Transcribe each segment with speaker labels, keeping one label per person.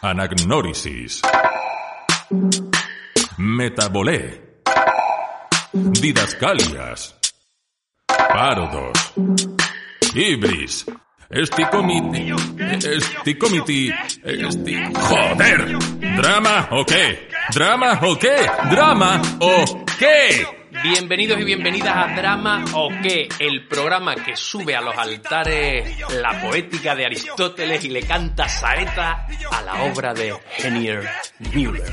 Speaker 1: Anagnórisis. Metabolé. Didascalias. Pardos. Ibris. Esticomiti. Esticomiti. Esti... ¡Joder! ¿Drama o qué? ¿Drama o qué? ¿Drama o qué?
Speaker 2: Bienvenidos y bienvenidas a Drama o qué, el programa que sube a los altares la poética de Aristóteles y le canta saeta a la obra de Henier Müller.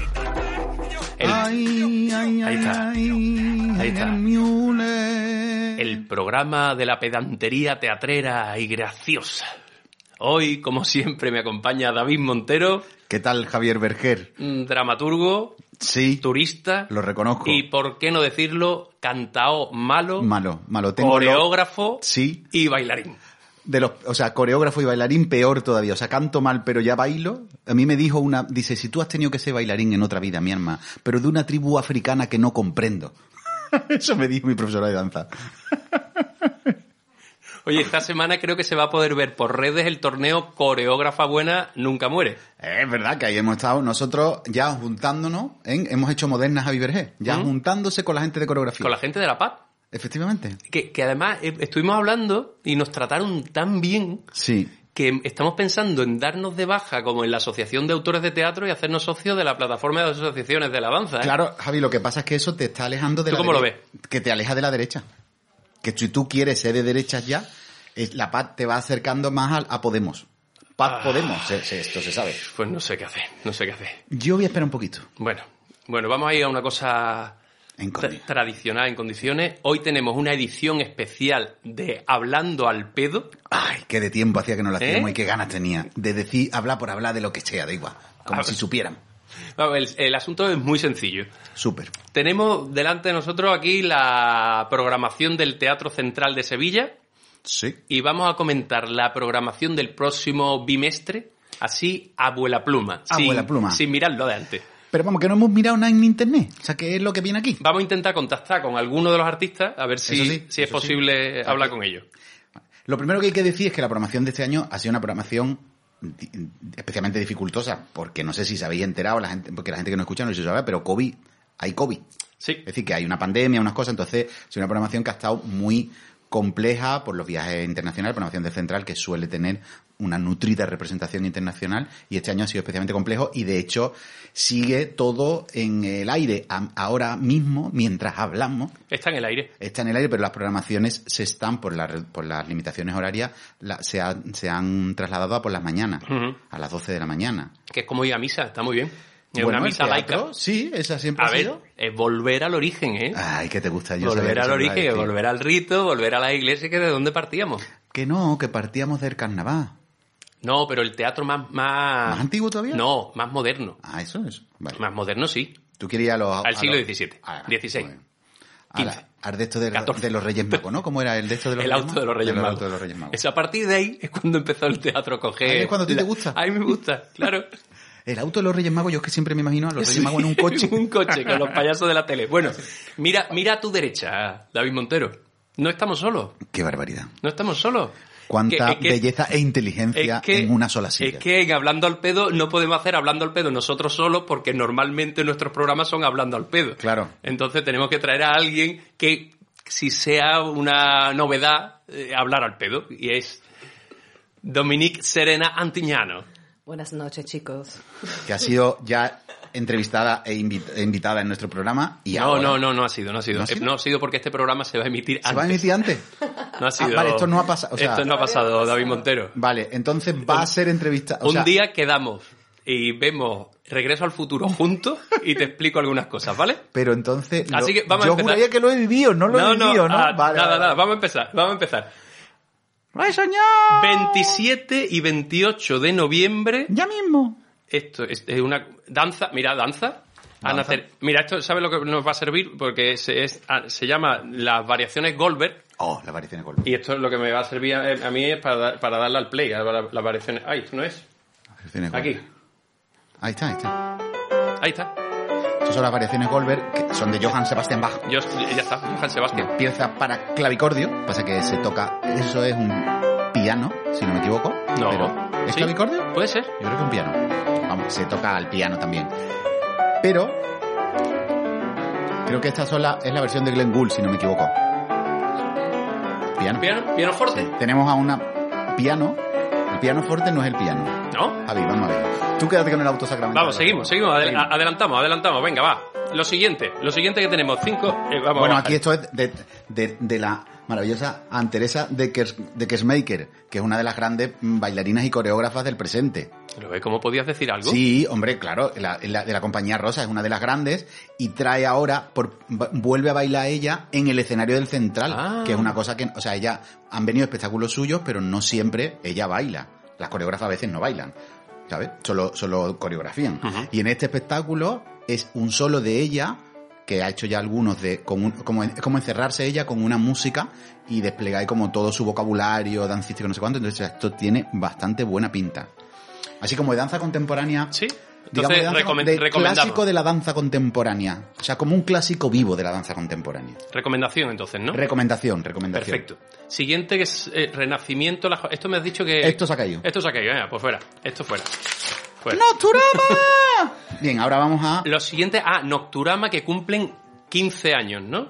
Speaker 2: El-
Speaker 3: Ay, ay,
Speaker 2: Ahí está.
Speaker 3: ay,
Speaker 2: Ahí está.
Speaker 3: el Müller.
Speaker 2: El programa de la pedantería teatrera y graciosa. Hoy, como siempre, me acompaña David Montero,
Speaker 3: ¿Qué tal, Javier Berger?
Speaker 2: mm, dramaturgo,
Speaker 3: Sí,
Speaker 2: turista.
Speaker 3: lo reconozco.
Speaker 2: Y por qué no decirlo, cantao malo,
Speaker 3: Malo, malo. Tengo lo-
Speaker 2: coreógrafo
Speaker 3: Sí,
Speaker 2: y bailarín.
Speaker 3: de los, o sea, coreógrafo y bailarín peor todavía. O sea, canto mal, pero ya bailo. A mí me dijo una, dice, si tú has tenido que ser bailarín en otra vida, mi alma, pero de una tribu africana que no comprendo. Eso me dijo mi profesora de danza.
Speaker 2: Oye, esta semana creo que se va a poder ver por redes el torneo Coreógrafa Buena Nunca Muere.
Speaker 3: Es verdad que ahí hemos estado nosotros ya juntándonos, en- hemos hecho modernas a Berger, ya
Speaker 2: ¿Mm?
Speaker 3: juntándose con la gente de coreografía.
Speaker 2: Con la gente de La Paz.
Speaker 3: Efectivamente.
Speaker 2: Que, que además eh, estuvimos hablando y nos trataron tan bien
Speaker 3: Sí.
Speaker 2: que estamos pensando en darnos de baja como en la Asociación de Autores de Teatro y hacernos socios de la plataforma de asociaciones de alabanza. ¿eh?
Speaker 3: Claro, Javi, lo que pasa es que eso te está alejando de
Speaker 2: ¿Tú
Speaker 3: la
Speaker 2: cómo lo
Speaker 3: dere- Que te aleja de la derecha. Que si tú quieres ser de derechas ya, es- la paz te va acercando más al- a, Podemos.
Speaker 2: Ah.
Speaker 3: Paz Podemos, se- se- esto se sabe.
Speaker 2: Pues no sé qué hacer, no sé qué hacer.
Speaker 3: Yo voy a esperar un poquito.
Speaker 2: Bueno, bueno, vamos a ir a una cosa
Speaker 3: En
Speaker 2: tra-
Speaker 3: Corea.
Speaker 2: tradicional en condiciones. Hoy tenemos una edición especial de Hablando al pedo.
Speaker 3: Ay, qué de tiempo hacía que no lo
Speaker 2: ¿Eh?
Speaker 3: hacíamos y qué ganas tenía de decir, hablar por hablar de lo que sea, da igual. Como
Speaker 2: A
Speaker 3: si
Speaker 2: ver.
Speaker 3: supieran.
Speaker 2: Vamos, El, el asunto es muy sencillo.
Speaker 3: Súper.
Speaker 2: Tenemos delante de nosotros aquí la programación del Teatro Central de Sevilla
Speaker 3: Sí.
Speaker 2: y vamos a comentar la programación del próximo bimestre, así abuela pluma.
Speaker 3: Abuela pluma.
Speaker 2: Sin mirarlo de antes.
Speaker 3: Pero vamos, que no hemos mirado nada en internet. O sea, que es lo que viene aquí.
Speaker 2: Vamos a intentar contactar con alguno de los artistas a ver si,
Speaker 3: Eso sí,
Speaker 2: si es
Speaker 3: eso sí.
Speaker 2: posible hablar con ellos.
Speaker 3: Lo primero que hay que decir es que la programación de este año ha sido una programación di- especialmente dificultosa, porque no sé si se habéis enterado, la gente, porque la gente que no escucha no sé si sabe, pero COVID, hay COVID.
Speaker 2: Sí.
Speaker 3: Es decir, que hay una pandemia, unas cosas, entonces es una programación que ha estado muy compleja por los viajes internacionales, programación de Central que suele tener una nutrida representación internacional y este año ha sido especialmente complejo y de hecho sigue todo en el aire Am- ahora mismo mientras hablamos
Speaker 2: Está en el aire.
Speaker 3: está en el aire, pero las programaciones se están, por, la, re- por las limitaciones horarias, la- se, ha- se han trasladado a por las mañanas,
Speaker 2: Ujú.
Speaker 3: a las 12 de la mañana.
Speaker 2: Que es como ir a misa, está muy bien. Es
Speaker 3: Bueno,
Speaker 2: una
Speaker 3: el
Speaker 2: misa
Speaker 3: teatro,
Speaker 2: laica.
Speaker 3: Sí, esa siempre
Speaker 2: A
Speaker 3: ha
Speaker 2: ver,
Speaker 3: sido.
Speaker 2: es volver al origen, ¿eh?
Speaker 3: Ay, que te gusta yo. sabía
Speaker 2: volver
Speaker 3: que
Speaker 2: al
Speaker 3: siempre
Speaker 2: origen,
Speaker 3: la decía.
Speaker 2: volver al rito, volver a las iglesias, que de dónde partíamos.
Speaker 3: Que no, que partíamos del carnaval.
Speaker 2: No, pero el teatro más... ¿Más,
Speaker 3: ¿Más antiguo todavía?
Speaker 2: No, más moderno.
Speaker 3: Ah, eso es. Vale.
Speaker 2: Más moderno sí.
Speaker 3: Tú quieres ir a los...
Speaker 2: Al
Speaker 3: a
Speaker 2: siglo
Speaker 3: los-
Speaker 2: XVII,
Speaker 3: Ah,
Speaker 2: XVI,
Speaker 3: muy bien. A la-
Speaker 2: XV,
Speaker 3: Al de esto de,
Speaker 2: XIV.
Speaker 3: de los Reyes Magos, ¿no? ¿Cómo era el de esto de los
Speaker 2: El
Speaker 3: Reyes
Speaker 2: auto de los Reyes
Speaker 3: El
Speaker 2: Magos.
Speaker 3: auto de los Reyes Magos.
Speaker 2: Es a partir de ahí es cuando empezó el teatro a coger...
Speaker 3: Ahí es cuando a ti te gusta.
Speaker 2: A mí me gusta, claro.
Speaker 3: El auto de los Reyes Magos, yo es que siempre me imagino a los Reyes Magos en un coche.
Speaker 2: un coche con los payasos de la tele. Bueno, mira, mira a tu derecha, David Montero. No estamos solos,
Speaker 3: Qué barbaridad.
Speaker 2: no estamos solos.
Speaker 3: Cuánta
Speaker 2: Que- es que-
Speaker 3: belleza e inteligencia
Speaker 2: es que-
Speaker 3: en una sola
Speaker 2: Es
Speaker 3: silla.
Speaker 2: que en Hablando al Pedo no podemos hacer Hablando al Pedo nosotros solos porque normalmente nuestros programas son Hablando al Pedo.
Speaker 3: Claro.
Speaker 2: Entonces tenemos que traer a alguien que si sea una novedad eh, hablar al pedo y es Dominique Serena Antiñano.
Speaker 4: Buenas noches, chicos.
Speaker 3: que ha sido ya entrevistada e invi- e invitada en nuestro programa. Y
Speaker 2: No,
Speaker 3: ahora
Speaker 2: no, no, no ha sido, no ha sido.
Speaker 3: ¿No ha
Speaker 2: Eh,
Speaker 3: sido?
Speaker 2: ha sido porque este programa se va a emitir
Speaker 3: ¿Se
Speaker 2: antes.
Speaker 3: va a emitir antes?
Speaker 2: No ha sido.
Speaker 3: vale, esto no ha pasado, o sea-
Speaker 2: esto no ha pasado, David Montero.
Speaker 3: Vale, entonces va a ser entrevistada. o
Speaker 2: Un
Speaker 3: sea,
Speaker 2: día quedamos y vemos Regreso al Futuro juntos y te explico algunas cosas, ¿vale?
Speaker 3: Pero entonces.
Speaker 2: Así que vamos a
Speaker 3: yo
Speaker 2: empezar.
Speaker 3: juraría que lo he vivido, no lo he vivido, ¿no?
Speaker 2: ah,
Speaker 3: vale,
Speaker 2: nada,
Speaker 3: vale.
Speaker 2: nada, vamos a empezar, vamos a empezar.
Speaker 3: ¡Ay, señor!
Speaker 2: 27 y 28 de noviembre,
Speaker 3: ¡Ya mismo!
Speaker 2: esto es, es una danza, mira, danza. Ana
Speaker 3: Danza.
Speaker 2: Cer- mira, esto, ¿sabes lo que nos va a servir? Porque se, es- ah, se llama las variaciones Goldberg
Speaker 3: Oh, la aparición de golpe.
Speaker 2: y esto es lo que me va a servir a, a mí es para, dar- para darle al play, a la- las variaciones. Ay, esto no es.
Speaker 3: La aparición de
Speaker 2: Aquí,
Speaker 3: Goldberg. Ahí está, ahí está.
Speaker 2: ahí está.
Speaker 3: Estas son las variaciones Goldberg, que son de Johann Sebastian Bach.
Speaker 2: Yo, ya está, Johann Sebastián.
Speaker 3: Pieza para clavicordio, pasa que se toca. Eso es un piano, si no me equivoco.
Speaker 2: No.
Speaker 3: Pero, ¿Es
Speaker 2: Sí.
Speaker 3: clavicordio?
Speaker 2: Puede ser.
Speaker 3: Yo creo que un piano. Vamos, se toca al piano también. Pero creo que esta sola es la versión de Glenn Gould, si no me equivoco. Piano.
Speaker 2: Piano, piano forte.
Speaker 3: Sí. Tenemos a una piano. El piano fuerte no es el piano.
Speaker 2: ¿No?
Speaker 3: Javi, vamos a ver. Tú quédate con el auto sacramental.
Speaker 2: Vamos, seguimos, seguimos, adel- a- adelantamos, adelantamos, venga, va. Lo siguiente, lo siguiente que tenemos, cinco. eh, vamos
Speaker 3: Bueno,
Speaker 2: a bajar.
Speaker 3: aquí esto es de, de- de la maravillosa Anteresa de, Kers- de Kersmaker, que es una de las grandes mm, bailarinas y coreógrafas del presente.
Speaker 2: ¿Lo ves cómo podías decir algo?
Speaker 3: Sí, hombre, claro, la, la- de la compañía Rosa es una de las grandes y trae ahora, por, va- vuelve a bailar ella en el escenario del Central,
Speaker 2: Ah.
Speaker 3: que es una cosa que, o sea, ella, han venido espectáculos suyos, pero no siempre ella baila. Las coreógrafas a veces no bailan, ¿sabes? Solo, solo coreografían.
Speaker 2: Ajá.
Speaker 3: Y en este espectáculo es un solo de ella que ha hecho ya algunos de con un- como, en- es como encerrarse ella con una música y desplegar como todo su vocabulario dancístico no sé cuánto entonces esto tiene bastante buena pinta así como de danza contemporánea
Speaker 2: Sí. Entonces,
Speaker 3: digamos, de danza-
Speaker 2: recomen-
Speaker 3: de
Speaker 2: recomendamos.
Speaker 3: clásico de la danza contemporánea. O sea, como un clásico vivo de la danza contemporánea.
Speaker 2: Recomendación, entonces, ¿no?
Speaker 3: Recomendación, recomendación.
Speaker 2: Perfecto. Siguiente que es eh, Renacimiento. la jo- Esto me has dicho que.
Speaker 3: Eh, Esto se ha caído.
Speaker 2: Esto se ha caído, venga, pues fuera. Esto fuera. fuera.
Speaker 3: ¡Nocturama! Bien, ahora vamos a...
Speaker 2: Lo siguiente, ah, Nocturama que cumplen 15 años, ¿no?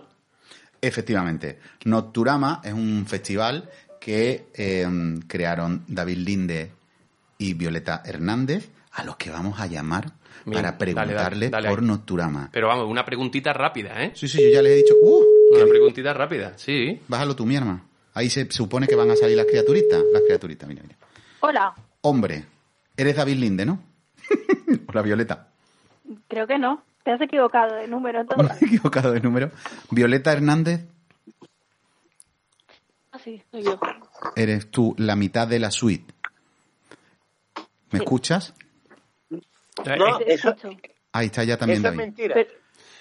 Speaker 3: Efectivamente, Nocturama es un festival que eh, crearon David Linde y Violeta Hernández, a los que vamos a llamar
Speaker 2: Bien, dale,
Speaker 3: para
Speaker 2: dale,
Speaker 3: preguntarle
Speaker 2: dale
Speaker 3: por
Speaker 2: ahí.
Speaker 3: Nocturama.
Speaker 2: Pero vamos, una preguntita rápida, ¿eh?
Speaker 3: Sí, sí, yo ya les he dicho... ¡Uh!
Speaker 2: Una preguntita rápida, sí.
Speaker 3: Bájalo tú, mi hermana. Ahí se supone que van a salir las criaturitas. Las criaturitas, mira, mira.
Speaker 5: Hola,
Speaker 3: Hombre, eres David Linde, ¿no? Hola, Violeta.
Speaker 5: creo que no. Te has equivocado de número.
Speaker 3: Me
Speaker 5: Entonces,
Speaker 3: he equivocado de número. Violeta Hernández,
Speaker 5: Ah, sí, soy yo.
Speaker 3: eres tú la mitad de la suite. ¿Me escuchas?
Speaker 2: Eh,
Speaker 6: No,
Speaker 2: eh,
Speaker 5: Te
Speaker 6: eso-
Speaker 5: escucho.
Speaker 3: Ahí está ya también
Speaker 6: Eso es
Speaker 3: David.
Speaker 6: mentira.
Speaker 5: Pero-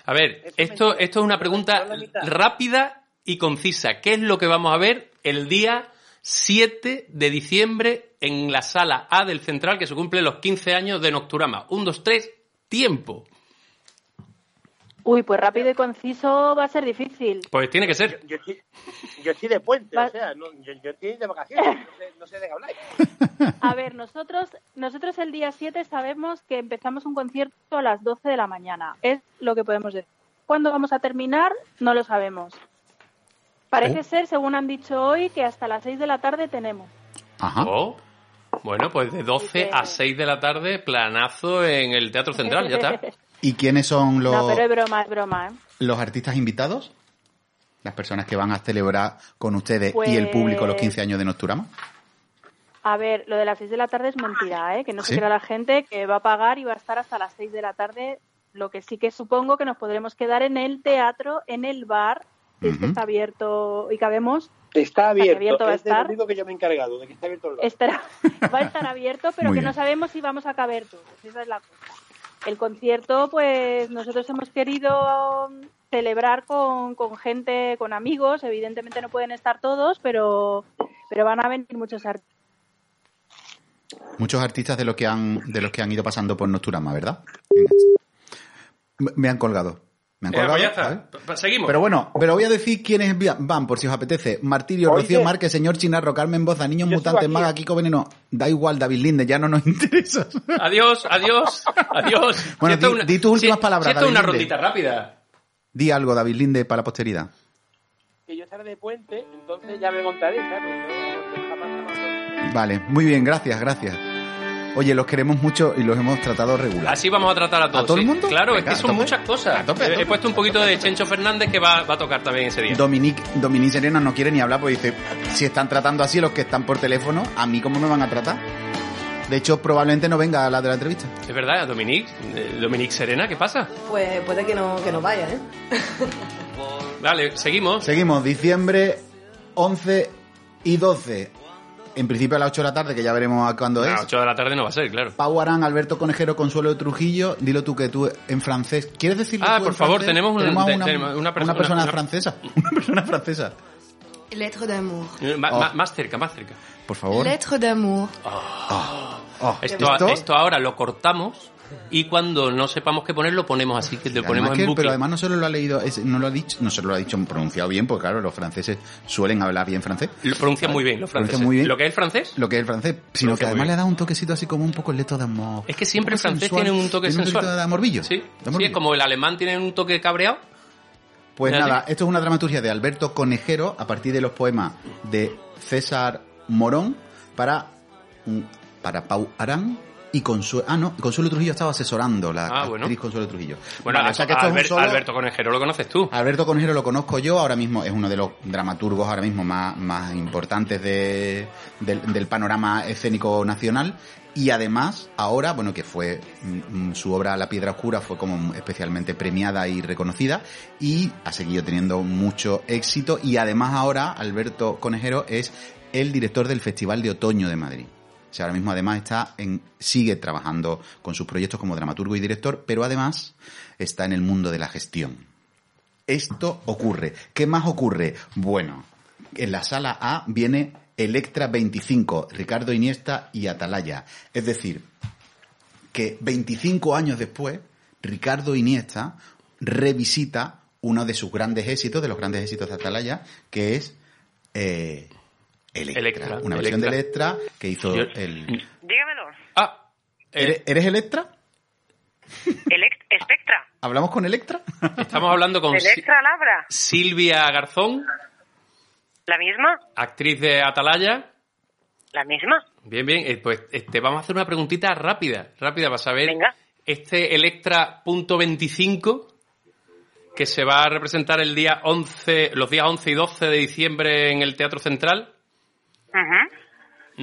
Speaker 2: A ver, esto, esto es una pregunta
Speaker 6: Solo la mitad.
Speaker 2: rápida y concisa. ¿Qué es lo que vamos a ver el día 7 de diciembre en la sala A del Central que se cumplen los 15 años de Nocturama? 1, 2, 3, tiempo.
Speaker 5: Uy, pues rápido y conciso va a ser difícil.
Speaker 2: Pues tiene que ser.
Speaker 6: Yo estoy, yo estoy de puente,
Speaker 5: Va-
Speaker 6: o sea, no, yo, yo estoy de vacaciones, no sé, no sé de qué habláis.
Speaker 5: A ver, nosotros, nosotros el día 7 sabemos que empezamos un concierto a las 12 de la mañana. Es lo que podemos decir. ¿Cuándo vamos a terminar? No lo sabemos.
Speaker 2: ¿Eh?
Speaker 5: Parece ser, según han dicho hoy, que hasta las 6 de la tarde tenemos.
Speaker 3: Ajá.
Speaker 2: Oh. Bueno, pues de 12 a 6 de la tarde, planazo en el Teatro Central, ya está. Eh,
Speaker 3: ¿Y quiénes son los,
Speaker 5: No, pero es broma, es broma. ¿eh?
Speaker 3: los artistas invitados? Las personas que van a celebrar con ustedes y el
Speaker 5: Pues-
Speaker 3: público los 15 años de Nocturama.
Speaker 5: A ver, lo de las 6 de la tarde es mentira, ¿eh? que no
Speaker 3: ¿Sí?
Speaker 5: se crea la gente que va a pagar y va a estar hasta las 6 de la tarde, lo que sí que supongo que nos podremos quedar en el teatro, en el bar, si es que
Speaker 3: Ujú.
Speaker 5: está abierto y cabemos,
Speaker 6: Está
Speaker 5: abierto, abierto
Speaker 6: abierto,
Speaker 5: va a
Speaker 6: es de lo
Speaker 5: estar.
Speaker 6: único que yo me he encargado, de que está abierto el bar.
Speaker 5: estará, va a estar abierto, pero
Speaker 3: Muy
Speaker 5: que
Speaker 3: bien.
Speaker 5: no sabemos si vamos a caber todos, esa es la cosa. El concierto, pues nosotros hemos querido celebrar con, con gente, con amigos, evidentemente no pueden estar todos, pero, pero van a venir muchos artistas.
Speaker 3: Muchos artistas de los que han, de los que han ido pasando por Nocturama, ¿verdad? Me- Me han colgado. Me han
Speaker 2: Eh,
Speaker 3: colgado.
Speaker 2: pues ya está.
Speaker 3: ¿vale?
Speaker 2: Pa- pa- Seguimos.
Speaker 3: Pero bueno, pero voy a decir quiénes vi- van, por si os apetece. Martirio,
Speaker 6: Oye.
Speaker 3: Rocío Márquez, Señor Chinarro, Carmen Boza, Niños
Speaker 6: Yo
Speaker 3: Mutantes,
Speaker 6: sigo aquí.
Speaker 3: Maga, Kiko Veneno. Da igual, David Linde, ya no nos interesa.
Speaker 2: Adiós, adiós, adiós.
Speaker 3: Bueno,
Speaker 2: esto es
Speaker 3: di- di tus
Speaker 2: si-
Speaker 3: últimas palabras,
Speaker 2: si esto es una
Speaker 3: David,
Speaker 2: rondita rápida.
Speaker 3: Di algo, David Linde, para la posteridad.
Speaker 6: Que yo estaré de puente, entonces ya me contaréis, claro. yo- yo jamás- jamás-
Speaker 3: Vale, muy bien, gracias, gracias. Oye, los queremos mucho y los hemos tratado regular.
Speaker 2: Así vamos a tratar a todos.
Speaker 3: ¿A todo el
Speaker 2: sí.
Speaker 3: mundo?
Speaker 2: Claro,
Speaker 3: Venga,
Speaker 2: es que
Speaker 3: a
Speaker 2: son
Speaker 3: tope.
Speaker 2: muchas cosas. Eh,
Speaker 3: A tope, a
Speaker 2: He-
Speaker 3: tope.
Speaker 2: He puesto un poquito de Chencho Fernández que va, va a tocar también ese día.
Speaker 3: Dominique, Dominique Serena no quiere ni hablar porque dice, si están tratando así los que están por teléfono, ¿a mí cómo me van a tratar? De hecho, probablemente no venga a la de la entrevista.
Speaker 2: Es verdad, Dominique. Eh, Dominique Serena, ¿qué pasa?
Speaker 4: Pues puede que no, que no vaya, ¿eh?
Speaker 2: Vale, seguimos.
Speaker 3: Seguimos, diciembre 11 y 12. En principio a las 8 de la tarde, que ya veremos a cuándo
Speaker 2: A
Speaker 3: es.
Speaker 2: las 8 Ah, de la tarde no va a ser, claro.
Speaker 3: Pau Arán, Alberto Conejero, Consuelo de Trujillo, dilo tú que tú en francés. ¿Quieres decirlo
Speaker 2: Ah,
Speaker 3: tú en
Speaker 2: por favor,
Speaker 3: francés?
Speaker 2: tenemos un-
Speaker 3: a
Speaker 2: te-
Speaker 3: una,
Speaker 2: tenemos una
Speaker 3: una
Speaker 2: persona-
Speaker 3: persona,
Speaker 2: una-
Speaker 3: francesa. Una persona francesa.
Speaker 4: Lettre d'amour.
Speaker 2: Eh, ma-
Speaker 3: Oh.
Speaker 2: ma- Más cerca, más cerca.
Speaker 3: Por favor.
Speaker 4: Lettre d'amour.
Speaker 3: Oh,
Speaker 2: Esto,
Speaker 3: esto-
Speaker 2: esto ahora lo cortamos y cuando no sepamos qué poner lo ponemos así, que te
Speaker 3: Además
Speaker 2: ponemos
Speaker 3: que-
Speaker 2: en bucle.
Speaker 3: Pero además no solo lo ha leído, es- no lo ha dicho, no se lo ha dicho pronunciado bien, porque claro, los franceses suelen hablar bien francés.
Speaker 2: Lo pronuncian muy bien los
Speaker 3: Pronuncia
Speaker 2: franceses.
Speaker 3: muy bien.
Speaker 2: Lo que es el francés,
Speaker 3: Lo que es el francés, sino
Speaker 2: Pronuncia
Speaker 3: que
Speaker 2: muy
Speaker 3: además
Speaker 2: bien.
Speaker 3: le da un toquecito así como un poco el leto de amor.
Speaker 2: es que siempre el
Speaker 3: Un poco
Speaker 2: francés
Speaker 3: sensual,
Speaker 2: tiene un toque
Speaker 3: tiene
Speaker 2: sensual.
Speaker 3: Un toquecito de amorbillo.
Speaker 2: Sí,
Speaker 3: de
Speaker 2: sí,
Speaker 3: amorbillo.
Speaker 2: es como el alemán tiene un toque cabreado.
Speaker 3: Pues
Speaker 2: Fíjate.
Speaker 3: nada, esto es una dramaturgia de Alberto Conejero a partir de los poemas de César Morón para, para Pau Arán y Consuelo. Ah, no, Consuelo Trujillo estaba asesorando, la
Speaker 2: Ah, bueno.
Speaker 3: actriz Consuelo Trujillo.
Speaker 2: Bueno,
Speaker 3: Vale,
Speaker 2: a-
Speaker 3: o sea que esto es un
Speaker 2: Albert-
Speaker 3: solo- Ah.
Speaker 2: Alberto Conejero lo conoces tú.
Speaker 3: Alberto Conejero lo conozco yo, ahora mismo es uno de los dramaturgos ahora mismo más, más importantes de- del, del panorama escénico nacional y además ahora, bueno, que fue mm, mm, su obra La Piedra Oscura fue como especialmente premiada y reconocida y ha seguido teniendo mucho éxito y además ahora Alberto Conejero es el director del Festival de Otoño de Madrid. O sea, ahora mismo además está en, sigue trabajando con sus proyectos como dramaturgo y director, pero además está en el mundo de la gestión. Esto ocurre. ¿Qué más ocurre? Bueno, en la sala A viene Electra 25, Ricardo Iniesta y Atalaya. Es decir, que 25 años después, Ricardo Iniesta revisita uno de sus grandes éxitos, de los grandes éxitos de Atalaya, que es eh, Electra.
Speaker 2: Electra,
Speaker 3: Una versión de
Speaker 2: Electra.
Speaker 3: Electra que hizo
Speaker 2: Yo- eh,
Speaker 3: el...
Speaker 7: Dígamelo.
Speaker 2: Ah,
Speaker 3: ¿Eres,
Speaker 2: eh,
Speaker 3: eres Electra?
Speaker 7: Elect Espectra.
Speaker 3: ¿Hablamos con Electra?
Speaker 2: estamos hablando con Si-
Speaker 7: Electra Labra.
Speaker 2: Silvia Garzón,
Speaker 7: ¿La misma?
Speaker 2: actriz de Atalaya.
Speaker 7: ¿La misma?
Speaker 2: Bien, bien, eh, pues eh, te vamos a hacer una preguntita rápida, rápida para saber
Speaker 7: Venga.
Speaker 2: este Electra punto 25 que se va a representar el día 11, los días 11 y 12 de diciembre en el Teatro Central.
Speaker 7: Ujú.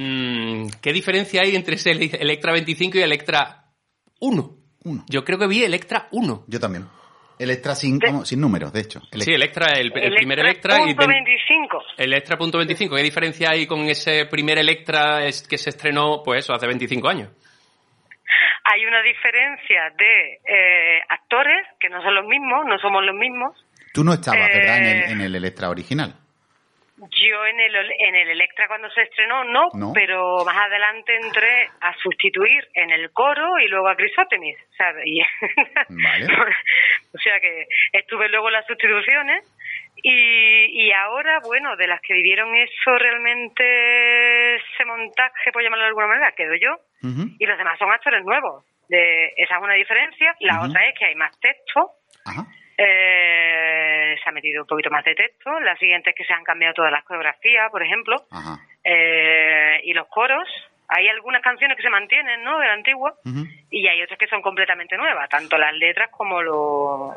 Speaker 2: Mm, ¿Qué diferencia hay entre ese Ele- Electra 25 y Electra 1?
Speaker 3: Uno.
Speaker 2: Yo creo que vi Electra 1.
Speaker 3: Yo también. Electra sin,
Speaker 7: Sí.
Speaker 3: como- sin números, de hecho. Electra.
Speaker 2: Sí, Electra, el, el primer Electra y
Speaker 7: punto
Speaker 2: ve-
Speaker 7: 25.
Speaker 2: Electra punto 25. ¿Qué diferencia hay con ese primer Electra es- que se estrenó, pues eso, hace 25 años?
Speaker 7: Hay una diferencia de eh, actores que no son los mismos, no somos los mismos.
Speaker 3: Tú no estabas, ¿verdad? En el,
Speaker 7: Eh,
Speaker 3: en el Electra original.
Speaker 7: Yo en el, en el Electra cuando se estrenó no,
Speaker 3: No.
Speaker 7: pero más adelante entré a sustituir en el coro y luego a Crisótemis. o sea, y-
Speaker 3: Vale.
Speaker 7: o sea que estuve luego en las sustituciones y, y ahora, bueno, de las que vivieron eso realmente, ese montaje, por llamarlo de alguna manera, quedo yo
Speaker 3: Ujú.
Speaker 7: y los demás son actores nuevos. De, esa es una diferencia. La
Speaker 3: Ujú.
Speaker 7: otra es que hay más texto.
Speaker 3: Ajá.
Speaker 7: Eh, se ha metido un poquito más de texto. La siguiente es que se han cambiado todas las coreografías, por ejemplo,
Speaker 3: Ajá.
Speaker 7: eh, y los coros. Hay algunas canciones que se mantienen, ¿no?, de la antigua,
Speaker 3: Ujú.
Speaker 7: y hay otras que son completamente nuevas, tanto las letras como lo,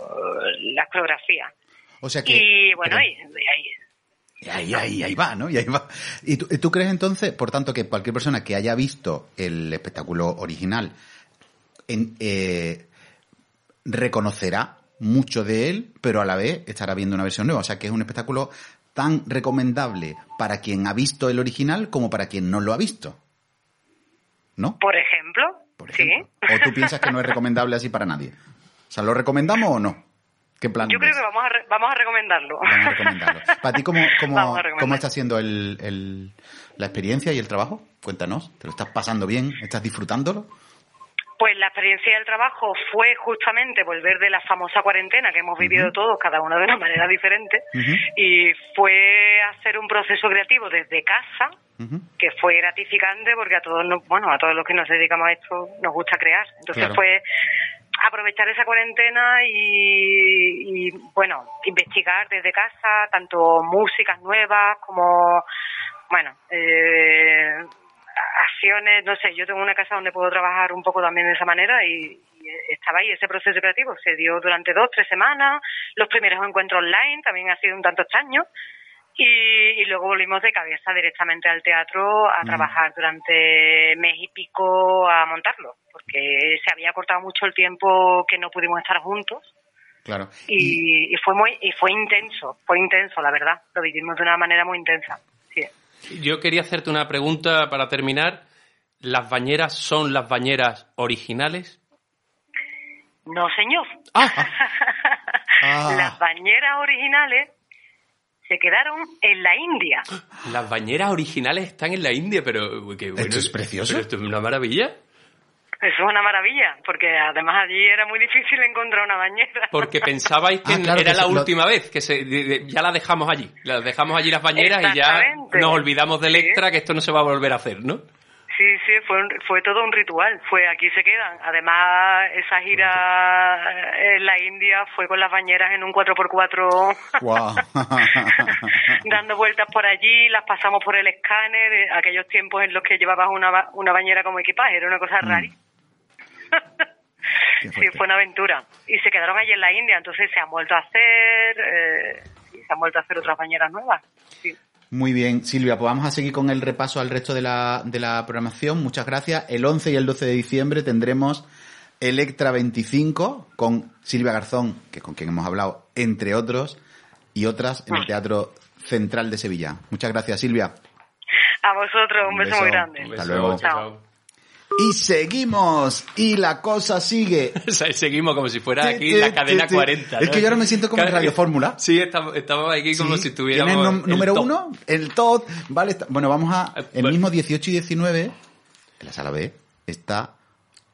Speaker 7: las coreografías.
Speaker 3: O sea que.
Speaker 7: Y bueno,
Speaker 3: pero-
Speaker 7: y, y ahí-
Speaker 3: y ahí, ahí, ahí va, ¿no? Y ahí va. ¿Y tú, tú crees entonces, por tanto, que cualquier persona que haya visto el espectáculo original en- eh, reconocerá mucho de él, pero a la vez estará viendo una versión nueva? O sea que es un espectáculo tan recomendable para quien ha visto el original como para quien no lo ha visto. ¿No?
Speaker 7: por ejemplo,
Speaker 3: por
Speaker 7: sí.
Speaker 3: ejemplo. O tú piensas que no es recomendable así para nadie. O sea, ¿lo recomendamos o no? ¿Qué plan?
Speaker 7: Yo creo
Speaker 3: ves?
Speaker 7: que vamos a, re- vamos a recomendarlo.
Speaker 3: Vamos a recomendarlo. Para ti, ¿cómo, cómo,
Speaker 7: Vamos a recomendar.
Speaker 3: cómo está siendo el, el- la experiencia y el trabajo? Cuéntanos, ¿te lo estás pasando bien? ¿Estás disfrutándolo?
Speaker 7: Pues la experiencia del trabajo fue justamente volver de la famosa cuarentena que hemos vivido
Speaker 3: Ujú.
Speaker 7: todos, cada uno de una manera diferente,
Speaker 3: Ujú.
Speaker 7: y fue hacer un proceso creativo desde casa
Speaker 3: Ujú.
Speaker 7: que fue gratificante porque a todos nos- bueno a todos los que nos dedicamos a esto nos gusta crear entonces
Speaker 3: Claro.
Speaker 7: fue aprovechar esa cuarentena y, y, bueno investigar desde casa tanto músicas nuevas como bueno eh, acciones no sé yo tengo una casa donde puedo trabajar un poco también de esa manera y, y estaba ahí ese proceso creativo se dio durante dos tres semanas los primeros encuentros online también ha sido un tanto extraño y, y luego volvimos de cabeza directamente al teatro a
Speaker 3: Ujú.
Speaker 7: trabajar durante mes y pico a montarlo, porque se había cortado mucho el tiempo que no pudimos estar juntos
Speaker 3: Claro. Y,
Speaker 7: y, y fue muy y fue intenso, fue intenso, la verdad. Lo vivimos de una manera muy intensa. Sí.
Speaker 2: Yo quería hacerte una pregunta para terminar. ¿Las bañeras son las bañeras originales?
Speaker 7: No, señor.
Speaker 3: Ah.
Speaker 7: Las bañeras originales se quedaron en la India.
Speaker 2: Las bañeras originales están en la India, pero uy, qué bueno.
Speaker 3: es precioso.
Speaker 2: Pero esto es una maravilla.
Speaker 7: Eso es una maravilla, porque además allí era muy difícil encontrar una bañera.
Speaker 2: Porque pensabais que
Speaker 3: Ah, claro
Speaker 2: era
Speaker 3: que
Speaker 2: la
Speaker 3: se- lo-
Speaker 2: última vez, que se, de- de- ya la dejamos allí. Las dejamos allí las bañeras y ya
Speaker 7: Exactamente.
Speaker 2: nos olvidamos de Electra, que esto no se va a volver a hacer, ¿no?
Speaker 7: Sí, sí, fue, un- fue todo un ritual. Fue aquí se quedan. Además, esa gira eh, en la India fue con las bañeras en un 4x4
Speaker 3: Wow.
Speaker 7: dando vueltas por allí, las pasamos por el escáner, eh, aquellos tiempos en los que llevabas una, ba- una bañera como equipaje, era una cosa rara.
Speaker 3: Qué
Speaker 7: Sí,
Speaker 3: Mm, fuerte.
Speaker 7: fue una aventura. Y se quedaron allí en la India, entonces se han vuelto a hacer, eh, y se han vuelto a hacer otras bañeras nuevas. Sí.
Speaker 3: Muy bien, Silvia, pues vamos a seguir con el repaso al resto de la, de la programación. Muchas gracias. El 11 y el 12 de diciembre tendremos Electra 25 con Silvia Garzón, que es con quien hemos hablado, entre otros, y otras en el Teatro Central de Sevilla. Muchas gracias, Silvia.
Speaker 7: A vosotros, un,
Speaker 3: Un
Speaker 7: beso,
Speaker 3: beso.
Speaker 7: muy grande.
Speaker 3: Hasta luego.
Speaker 7: Chao.
Speaker 3: Y seguimos, y la cosa sigue.
Speaker 2: O sea, seguimos como si fuera aquí
Speaker 3: Ti, ti,
Speaker 2: la cadena
Speaker 3: ti, ti.
Speaker 2: 40.
Speaker 3: Es que yo ahora me siento como en
Speaker 2: Cada-
Speaker 3: Radio Fórmula.
Speaker 2: Sí, estamos, estamos aquí como
Speaker 3: Sí.
Speaker 2: si tuviéramos.
Speaker 3: ¿Quién es nom-
Speaker 2: el
Speaker 3: número
Speaker 2: top.
Speaker 3: uno? El top. Vale, está- bueno, vamos a.
Speaker 2: Eh,
Speaker 3: El
Speaker 2: bueno.
Speaker 3: mismo 18 y 19, en la sala B, está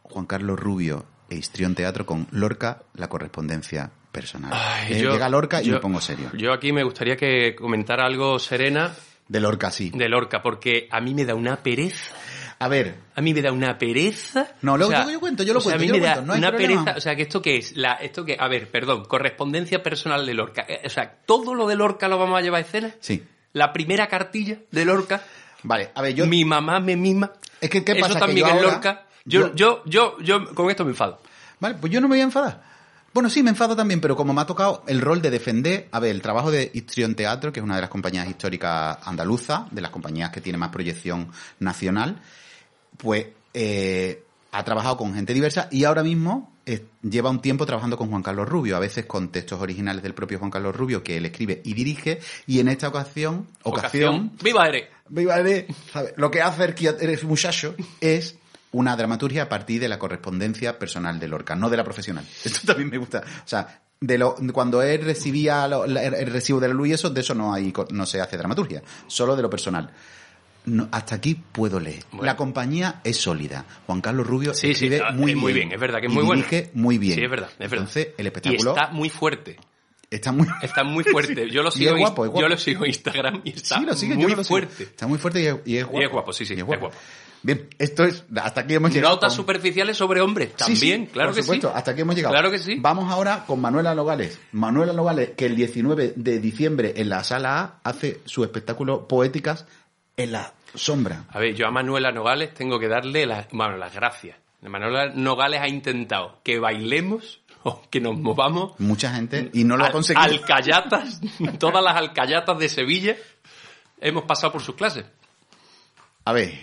Speaker 3: Juan Carlos Rubio e Histrión Teatro con Lorca, la correspondencia personal.
Speaker 2: Ay,
Speaker 3: Eh,
Speaker 2: yo-
Speaker 3: Llega Lorca y
Speaker 2: yo-
Speaker 3: me pongo serio.
Speaker 2: Yo aquí me gustaría que comentara algo serena
Speaker 3: De Lorca, sí.
Speaker 2: de Lorca, porque a mí me da una pereza.
Speaker 3: A ver,
Speaker 2: A mí me da una pereza.
Speaker 3: No, luego- luego yo cuento, yo lo
Speaker 2: o sea,
Speaker 3: cuento,
Speaker 2: a
Speaker 3: yo
Speaker 2: mí
Speaker 3: lo
Speaker 2: me da
Speaker 3: cuento, no hay
Speaker 2: una
Speaker 3: problema.
Speaker 2: pereza. O sea, que esto qué es, la, esto que, a ver, perdón, correspondencia personal de Lorca. Eh, O sea, todo lo de Lorca lo vamos a llevar a escena.
Speaker 3: sí.
Speaker 2: La primera cartilla de Lorca,
Speaker 3: Vale, a ver, yo.
Speaker 2: mi mamá me misma.
Speaker 3: Es que, ¿qué
Speaker 2: Eso
Speaker 3: pasa?
Speaker 2: está
Speaker 3: Que
Speaker 2: Miguel
Speaker 3: yo ahora-
Speaker 2: Lorca. Yo, yo, yo, yo, con esto me enfado.
Speaker 3: Vale, pues yo no me voy a enfadar. Bueno, sí, me enfado también, pero como me ha tocado el rol de defender, a ver, el trabajo de Histrión Teatro, que es una de las compañías históricas andaluzas, de las compañías que tiene más proyección nacional, pues eh, ha trabajado con gente diversa y ahora mismo eh, lleva un tiempo trabajando con Juan Carlos Rubio, a veces con textos originales del propio Juan Carlos Rubio que él escribe y dirige, y en esta ocasión, ocasión,
Speaker 2: ¡Viva Ere!
Speaker 3: Viva Ere, ¿sabes? Lo que hace el, kia- el muchacho es una dramaturgia a partir de la correspondencia personal de Lorca, no de la profesional. Esto también me gusta. O sea, de lo, cuando él recibía lo- la- el recibo de la luz y eso, de eso no, hay, co- no se hace dramaturgia, solo de lo personal. No, hasta aquí puedo leer.
Speaker 2: Bueno.
Speaker 3: La compañía es sólida. Juan Carlos Rubio
Speaker 2: Sí, sí,
Speaker 3: escribe
Speaker 2: ah,
Speaker 3: muy,
Speaker 2: eh,
Speaker 3: bien,
Speaker 2: muy bien, es verdad que es
Speaker 3: y
Speaker 2: muy bueno.
Speaker 3: dirige muy bien.
Speaker 2: Sí, es verdad, es verdad.
Speaker 3: Entonces, el
Speaker 2: Y
Speaker 3: espectáculo
Speaker 2: está muy fuerte.
Speaker 3: está muy...
Speaker 2: Está muy fuerte. Yo lo
Speaker 3: Y
Speaker 2: sigo,
Speaker 3: es
Speaker 2: en-
Speaker 3: guapo, es guapo.
Speaker 2: Yo lo sigo en Instagram y está
Speaker 3: Sí, lo sigue, yo
Speaker 2: muy
Speaker 3: no lo sigo.
Speaker 2: fuerte.
Speaker 3: Está muy fuerte y es, y es guapo.
Speaker 2: guapo, sí, sí,
Speaker 3: Y
Speaker 2: es guapo.
Speaker 3: Bien, esto es. Hasta aquí hemos llegado.
Speaker 2: Notas
Speaker 3: con-
Speaker 2: superficiales sobre hombres,
Speaker 3: Sí,
Speaker 2: también,
Speaker 3: sí,
Speaker 2: claro
Speaker 3: por
Speaker 2: que
Speaker 3: supuesto,
Speaker 2: sí.
Speaker 3: hasta aquí hemos llegado.
Speaker 2: Claro que sí.
Speaker 3: Vamos ahora con Manuela Logales. Manuela Logales, que el 19 de diciembre en la sala A hace su espectáculo Poéticas en la sombra.
Speaker 2: A ver, yo a Manuela Nogales tengo que darle las, bueno, las gracias. Manuela Nogales ha intentado que bailemos o que nos movamos
Speaker 3: Mucha gente, y no lo ha
Speaker 2: Al-
Speaker 3: conseguido.
Speaker 2: Alcayatas, todas las alcayatas de Sevilla hemos pasado por sus clases.
Speaker 3: A ver,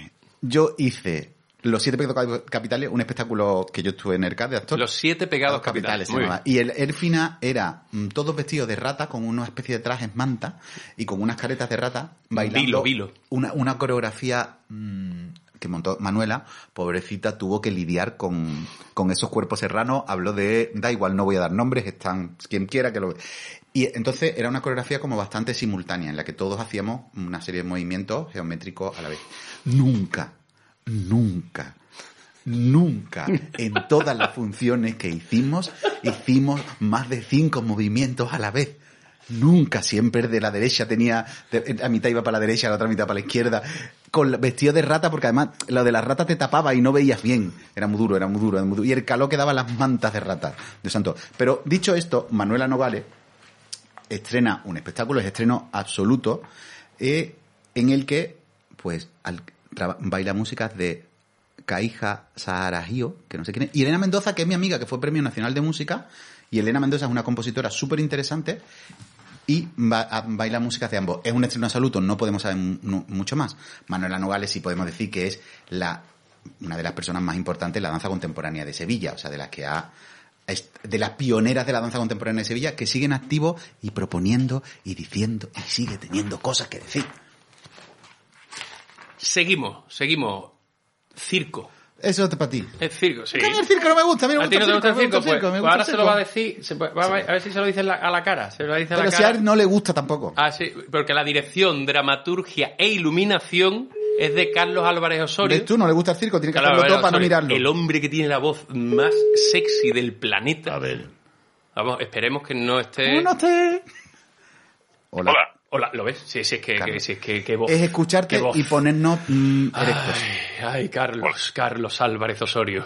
Speaker 3: yo hice Los Siete Pecados Capitales, un espectáculo que yo estuve en el CAD de actor.
Speaker 2: Los siete pegados
Speaker 3: Los
Speaker 2: capitales.
Speaker 3: capitales, se
Speaker 2: Muy
Speaker 3: llamaba. Y el Elfina era mm, todos vestidos de rata con una especie de trajes manta y con unas caretas de rata bailando.
Speaker 2: Vilo, vilo.
Speaker 3: Una, una coreografía mm, que montó Manuela, pobrecita, tuvo que lidiar con, con esos cuerpos serranos. Habló de, da igual, no voy a dar nombres, están quien quiera que lo Y entonces era una coreografía como bastante simultánea, en la que todos hacíamos una serie de movimientos geométricos a la vez. Nunca, nunca Nunca en todas las funciones que hicimos, hicimos más de cinco movimientos a la vez. Nunca, siempre de la derecha tenía, de- la mitad iba para la derecha, la otra mitad para la izquierda, con la- vestido de rata, porque además lo de la rata te tapaba y no veías bien. Era muy duro, era muy duro, era muy duro. Y el calor que daban las mantas de rata, Dios santo. Pero dicho esto, Manuela Nogales, estrena un espectáculo, es estreno absoluto, eh, en el que pues al- traba- baila músicas de Kaija Saharajio, que no sé quién es, y Elena Mendoza, que es mi amiga, que fue Premio Nacional de Música, y Elena Mendoza es una compositora súper interesante, y ba- a- baila músicas de ambos. Es un estreno absoluto, no podemos saber mu- nu- mucho más. Manuela Nogales sí podemos decir que es la una de las personas más importantes en la danza contemporánea de Sevilla, o sea, de las que ha es- de las pioneras de la danza contemporánea de Sevilla que siguen activos y proponiendo y diciendo y sigue teniendo cosas que decir.
Speaker 2: bien. Seguimos, seguimos. Circo.
Speaker 3: Eso es para ti.
Speaker 2: Es circo, sí.
Speaker 3: ¿Qué el circo no me gusta? A mí no me
Speaker 2: ¿A ti
Speaker 3: gusta
Speaker 2: no te gusta el
Speaker 3: me gusta
Speaker 2: circo?
Speaker 3: el
Speaker 2: Pues,
Speaker 3: circo, me
Speaker 2: pues
Speaker 3: gusta
Speaker 2: ahora
Speaker 3: el
Speaker 2: se lo
Speaker 3: circo.
Speaker 2: va a decir, se- va- va- a ver si se lo dice en la- a la cara. Se lo dice a la
Speaker 3: Pero si
Speaker 2: cara.
Speaker 3: a él no le gusta tampoco.
Speaker 2: Ah, sí, porque la dirección, dramaturgia e iluminación es de Carlos Álvarez Osorio.
Speaker 3: ¿Ves tú? No le gusta el circo, tiene que
Speaker 2: Carlos
Speaker 3: hacerlo
Speaker 2: Álvarez
Speaker 3: todo para no
Speaker 2: Osorio,
Speaker 3: mirarlo.
Speaker 2: El hombre que tiene la voz más sexy del planeta.
Speaker 3: A ver.
Speaker 2: Vamos, esperemos que no esté.
Speaker 3: Uno, tres. Hola.
Speaker 8: Hola.
Speaker 2: Hola, ¿lo ves? Sí, sí, es que,
Speaker 3: Carlos.
Speaker 2: que- sí, es que, qué voz.
Speaker 3: Es escucharte
Speaker 2: Qué voz. Ah.
Speaker 3: y ponernos mm, erectos.
Speaker 2: Ay, ay, Carlos, Carlos Álvarez Osorio.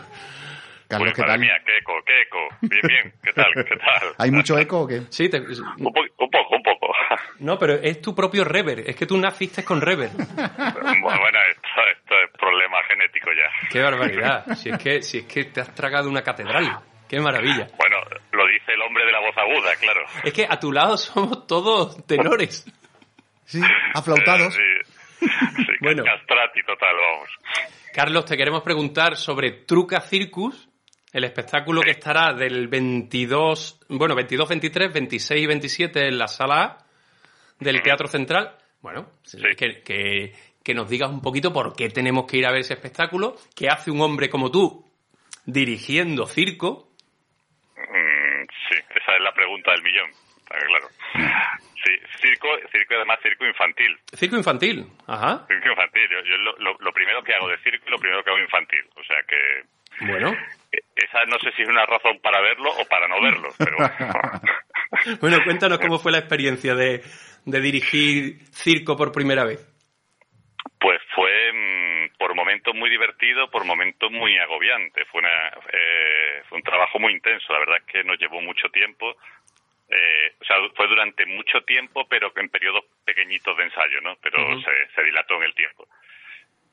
Speaker 3: Carlos, Pues,
Speaker 8: Uy,
Speaker 3: ¿qué
Speaker 8: madre
Speaker 3: tal?
Speaker 8: mía, qué eco, qué eco. Bien, bien, ¿qué tal? ¿Qué tal?
Speaker 3: ¿Hay mucho eco o qué?
Speaker 2: Sí, te-
Speaker 8: Un, po- un poco, un poco.
Speaker 2: no, pero es tu propio rever. Es que tú naciste con rever.
Speaker 8: bueno, esto, esto es problema genético ya.
Speaker 2: Qué barbaridad. Si es que, si es que te has tragado una catedral. Qué maravilla.
Speaker 8: Bueno, lo dice el hombre de la voz aguda, claro.
Speaker 2: Es que a tu lado somos todos tenores.
Speaker 3: Sí, aflautados.
Speaker 8: Eh, sí, sí,
Speaker 2: Bueno.
Speaker 8: castrati total, vamos.
Speaker 2: Carlos, te queremos preguntar sobre Truca Circus, el espectáculo que estará del 22, bueno, 22, 23, 26 y 27 en la sala A del Teatro Central. Bueno, que, que- que nos digas un poquito por qué tenemos que ir a ver ese espectáculo, qué hace un hombre como tú dirigiendo circo.
Speaker 8: Mm, sí, esa es la pregunta del millón, está claro. Sí, circo, circo y además circo infantil.
Speaker 2: Circo infantil, ajá.
Speaker 8: Circo infantil, yo, yo lo, lo- lo primero que hago de circo y lo primero que hago infantil. O sea que
Speaker 2: Bueno,
Speaker 8: eh, esa no sé si es una razón para verlo o para no verlo, pero bueno.
Speaker 2: bueno, cuéntanos cómo fue la experiencia de, de dirigir circo por primera vez.
Speaker 8: Pues fue mm, por momentos muy divertido, por momentos muy agobiante. Fue, una, eh, fue un trabajo muy intenso, la verdad es que nos llevó mucho tiempo. Eh, o sea, fue durante mucho tiempo, pero en periodos pequeñitos de ensayo, ¿no? Pero
Speaker 2: Ujú.
Speaker 8: se, se dilató en el tiempo.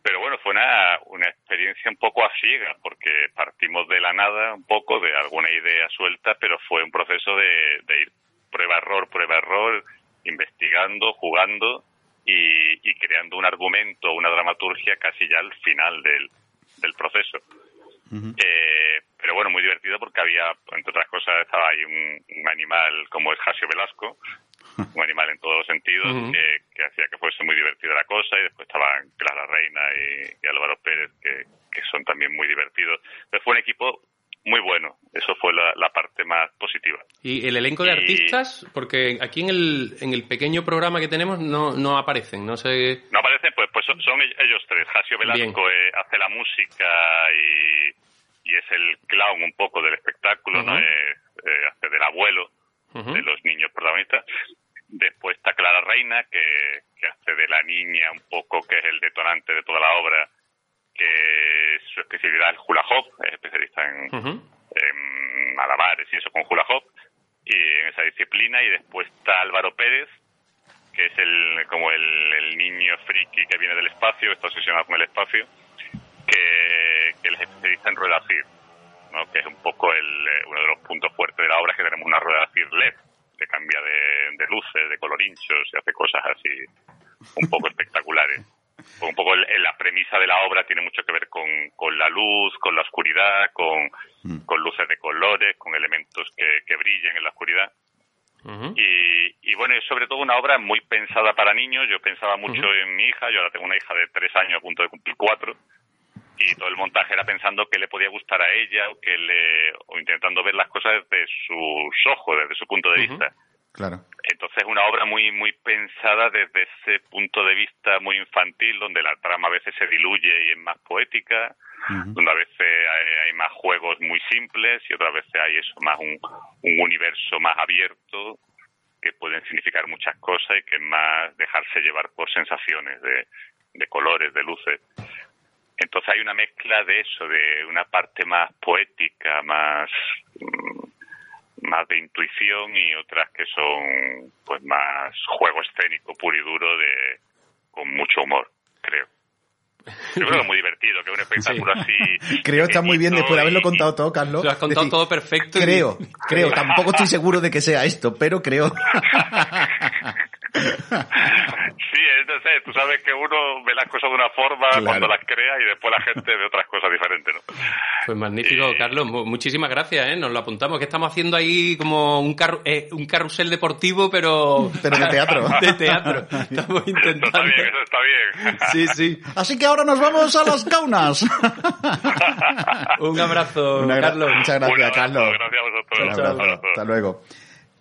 Speaker 8: Pero bueno, fue una, una experiencia un poco a ciegas, porque partimos de la nada un poco, de alguna idea suelta, pero fue un proceso de, de ir prueba-error, prueba-error, investigando, jugando y, y creando un argumento, una dramaturgia casi ya al final del, del proceso. Eh, pero bueno, muy divertido porque había, entre otras cosas, estaba ahí un, un animal como es Jasio Velasco, un animal en todos los sentidos,
Speaker 2: Ujú.
Speaker 8: que, que hacía que fuese muy divertida la cosa, y después estaban Clara Reina y, y Álvaro Pérez, que, que son también muy divertidos. Pero fue un equipo muy bueno, eso fue la, la parte más positiva.
Speaker 2: Y el elenco de
Speaker 8: Y-
Speaker 2: artistas, porque aquí en el, en el pequeño programa que tenemos no, no aparecen, no sé.
Speaker 8: No aparecen, pues, pues son, son ell- ellos tres. Jasio Velasco eh, hace la música y, y es el clown un poco del espectáculo, ¿no?
Speaker 2: Ujú.
Speaker 8: Eh, eh, hace del abuelo
Speaker 2: Ujú.
Speaker 8: de los niños protagonistas. Después está Clara Reina, que, que hace de la niña un poco, que es el detonante de toda la obra, que su especialidad es el hula hoop, es especialista en,
Speaker 2: Ujú.
Speaker 8: en malabares y eso con hula hoop y en esa disciplina y después está Álvaro Pérez que es el como el, el niño friki que viene del espacio está obsesionado con el espacio que, que él es especialista en rueda CIR ¿no? que es un poco el, eh, uno de los puntos fuertes de la obra es que tenemos una rueda CIR LED E que cambia de, de luces de colorinchos y hace cosas así un poco espectaculares Pues un poco el- el- la premisa de la obra tiene mucho que ver con, con la luz con la oscuridad con con luces de colores, con elementos que, que brillen en la oscuridad.
Speaker 2: Ujú.
Speaker 8: Y, y bueno, es sobre todo una obra muy pensada para niños. Yo pensaba mucho en mi hija, yo ahora tengo una hija de tres años a punto de cumplir cuatro. Y todo el montaje era pensando que le podía gustar a ella o, que le, o intentando ver las cosas desde sus ojos, desde su punto de
Speaker 2: Ujú.
Speaker 8: vista.
Speaker 3: Claro.
Speaker 8: Entonces es una obra muy muy pensada desde ese punto de vista muy infantil, donde la trama a veces se diluye y es más poética, donde a veces hay, hay más juegos muy simples y otras veces hay eso más un, un universo más abierto que pueden significar muchas cosas y que es más dejarse llevar por sensaciones de, de colores, de luces. Entonces hay una mezcla de eso, de una parte más poética, más mm, más de intuición y otras que son pues más juego escénico puro y duro de con mucho humor creo yo creo que es muy divertido que es un espectáculo así
Speaker 3: Creo está muy bien después de haberlo
Speaker 8: y-
Speaker 3: contado todo, Carlos.
Speaker 2: Lo has contado
Speaker 3: decir,
Speaker 2: todo perfecto. y-
Speaker 3: Creo, creo. Tampoco estoy seguro de que sea esto, pero creo.
Speaker 8: sí entonces tú sabes que uno ve las cosas de una forma
Speaker 3: Claro.
Speaker 8: cuando las crea y después la gente ve otras cosas diferentes no
Speaker 2: Pues magnífico,
Speaker 8: Eh.
Speaker 2: Carlos. Mu- muchísimas gracias, ¿eh? Nos lo apuntamos. Que estamos haciendo ahí como un, carru- eh, un carrusel deportivo, pero.
Speaker 3: Pero de teatro.
Speaker 2: de teatro. Estamos
Speaker 8: eso está
Speaker 2: intentando.
Speaker 8: bien eso está bien
Speaker 2: Sí, sí.
Speaker 3: Así que ahora nos vamos a las caunas.
Speaker 2: Un abrazo,
Speaker 3: Una gra-
Speaker 2: Carlos.
Speaker 3: Muchas gracias,
Speaker 8: Un abrazo,
Speaker 3: Carlos.
Speaker 8: gracias a vosotros
Speaker 3: Un
Speaker 8: Un
Speaker 3: abrazo.
Speaker 8: abrazo.
Speaker 3: Hasta luego.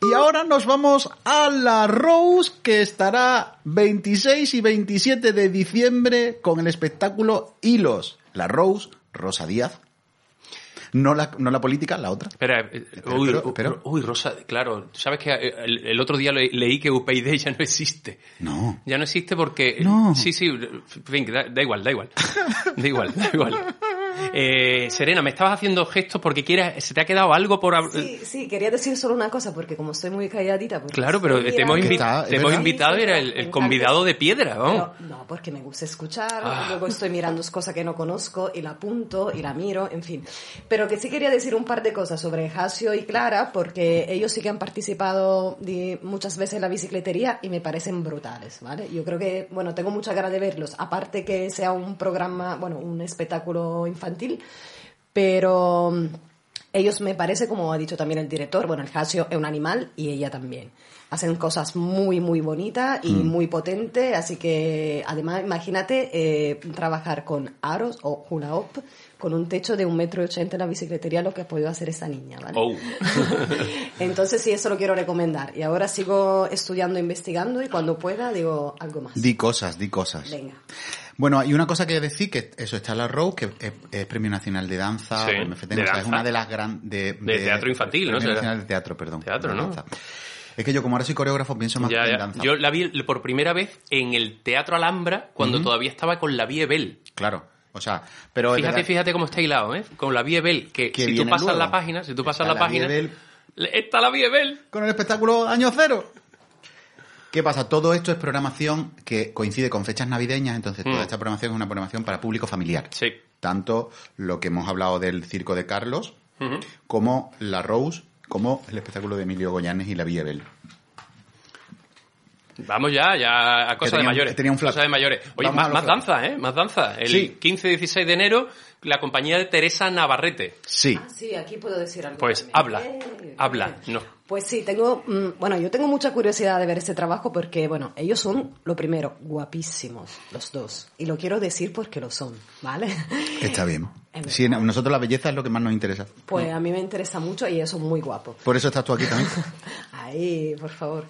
Speaker 3: Y ahora nos vamos a la Rose, que estará 26 y 27 de diciembre con el espectáculo Hilos. La Rose, Rosa Díaz. No la, no la política, la otra.
Speaker 2: Espera, eh, uy,
Speaker 3: pero-
Speaker 2: uy,
Speaker 3: pero-
Speaker 2: uy, Rosa, claro, sabes que eh, el, el otro día le- leí que UPyD ya no existe.
Speaker 3: No.
Speaker 2: Ya no existe porque... eh,
Speaker 3: No.
Speaker 2: Sí, sí, en fin, da, da igual, da igual. Da igual, da igual. Eh, Serena, me estabas haciendo gestos porque quieres, se te ha quedado algo por... hab-
Speaker 4: Sí, sí, quería decir solo una cosa, porque como soy muy calladita... pues porque
Speaker 2: Claro, pero
Speaker 4: estoy
Speaker 2: te hemos,
Speaker 4: mirando-
Speaker 2: invi-
Speaker 3: Está, es
Speaker 2: te hemos
Speaker 3: verdad.
Speaker 2: invitado,
Speaker 4: Sí,
Speaker 2: era
Speaker 4: pero
Speaker 2: el,
Speaker 4: me
Speaker 2: el
Speaker 4: encanta.
Speaker 2: convidado de piedra, vamos.
Speaker 4: Pero, no, porque me gusta escuchar,
Speaker 2: Ah.
Speaker 4: luego estoy mirando cosas que no conozco y la apunto y la miro, en fin. Pero que sí quería decir un par de cosas sobre Jacio y Clara, porque ellos sí que han participado de- muchas veces en la bicicletería y me parecen brutales, ¿vale? Yo creo que, bueno, tengo mucha ganas de verlos, aparte que sea un programa, bueno, un espectáculo infantil, pero mm, ellos me parece, como ha dicho también el director, bueno, el Hasio es un animal y ella también. Hacen cosas muy, muy bonitas y muy potentes, así que además imagínate eh, trabajar con aros o hula hoop con un techo de un metro ochenta en la bicicletería, lo que ha podido hacer esa niña, ¿vale?
Speaker 2: Oh.
Speaker 4: Entonces sí, eso lo quiero recomendar. Y ahora sigo estudiando, investigando y cuando pueda digo algo más.
Speaker 3: Di cosas, di cosas.
Speaker 4: Venga.
Speaker 3: Bueno, hay una cosa que decir, que eso está la Rose, que es, es Premio Nacional de Danza,
Speaker 2: Sí,
Speaker 3: o MFT,
Speaker 2: de
Speaker 3: o sea, es
Speaker 2: danza.
Speaker 3: una de las grandes... De,
Speaker 2: De teatro infantil, ¿no?
Speaker 3: Premio
Speaker 2: Será.
Speaker 3: Nacional de Teatro, perdón.
Speaker 2: Teatro,
Speaker 3: de
Speaker 2: ¿no?
Speaker 3: danza. Es que yo como ahora soy coreógrafo pienso más
Speaker 2: Ya,
Speaker 3: en
Speaker 2: ya.
Speaker 3: danza.
Speaker 2: Yo la vi por primera vez en el Teatro Alhambra cuando todavía estaba con la Vie Bell.
Speaker 3: Claro, o sea, pero... es
Speaker 2: Fíjate,
Speaker 3: verdad-
Speaker 2: fíjate cómo está hilado, ¿eh? Con la Vie Bell, que,
Speaker 3: Que
Speaker 2: si tú
Speaker 3: viene
Speaker 2: pasas
Speaker 3: luego.
Speaker 2: la página, si tú pasas
Speaker 3: Está
Speaker 2: la
Speaker 3: la Vie
Speaker 2: página...
Speaker 3: Bell.
Speaker 2: le- ¡Está la Vie Bell!
Speaker 3: con el espectáculo Año Cero. ¿Qué pasa? Todo esto es programación que coincide con fechas navideñas, entonces toda
Speaker 2: Mm.
Speaker 3: esta programación es una programación para público familiar.
Speaker 2: Sí.
Speaker 3: Tanto lo que hemos hablado del circo de Carlos,
Speaker 2: Ujú.
Speaker 3: como La Rose, como el espectáculo de Emilio Goyanes y La Villabel.
Speaker 2: Vamos ya, ya a cosas de
Speaker 3: tenía un-
Speaker 2: mayores.
Speaker 3: que tenía un flash.
Speaker 2: Cosas de mayores. Oye,
Speaker 3: Vamos a
Speaker 2: más,
Speaker 3: los
Speaker 2: más
Speaker 3: flashes.
Speaker 2: danza, ¿eh? Más danza. El
Speaker 3: Sí.
Speaker 2: 15-16 de enero, la compañía de Teresa Navarrete.
Speaker 3: Sí.
Speaker 4: Ah, sí, aquí puedo decir algo.
Speaker 2: Pues
Speaker 4: también.
Speaker 2: habla,
Speaker 4: Eh,
Speaker 2: habla.
Speaker 4: eh.
Speaker 2: No.
Speaker 4: Pues sí, tengo, mm, bueno, yo tengo mucha curiosidad de ver este trabajo porque, bueno, ellos son, lo primero, guapísimos, los dos. Y lo quiero decir porque lo son, ¿vale?
Speaker 3: Está bien.
Speaker 4: Es
Speaker 3: Sí, a nosotros la belleza es lo que más nos interesa.
Speaker 4: Pues
Speaker 2: Mm.
Speaker 4: a mí me interesa mucho y ellos son muy guapos.
Speaker 3: Por eso estás tú aquí también.
Speaker 4: Ahí, por favor.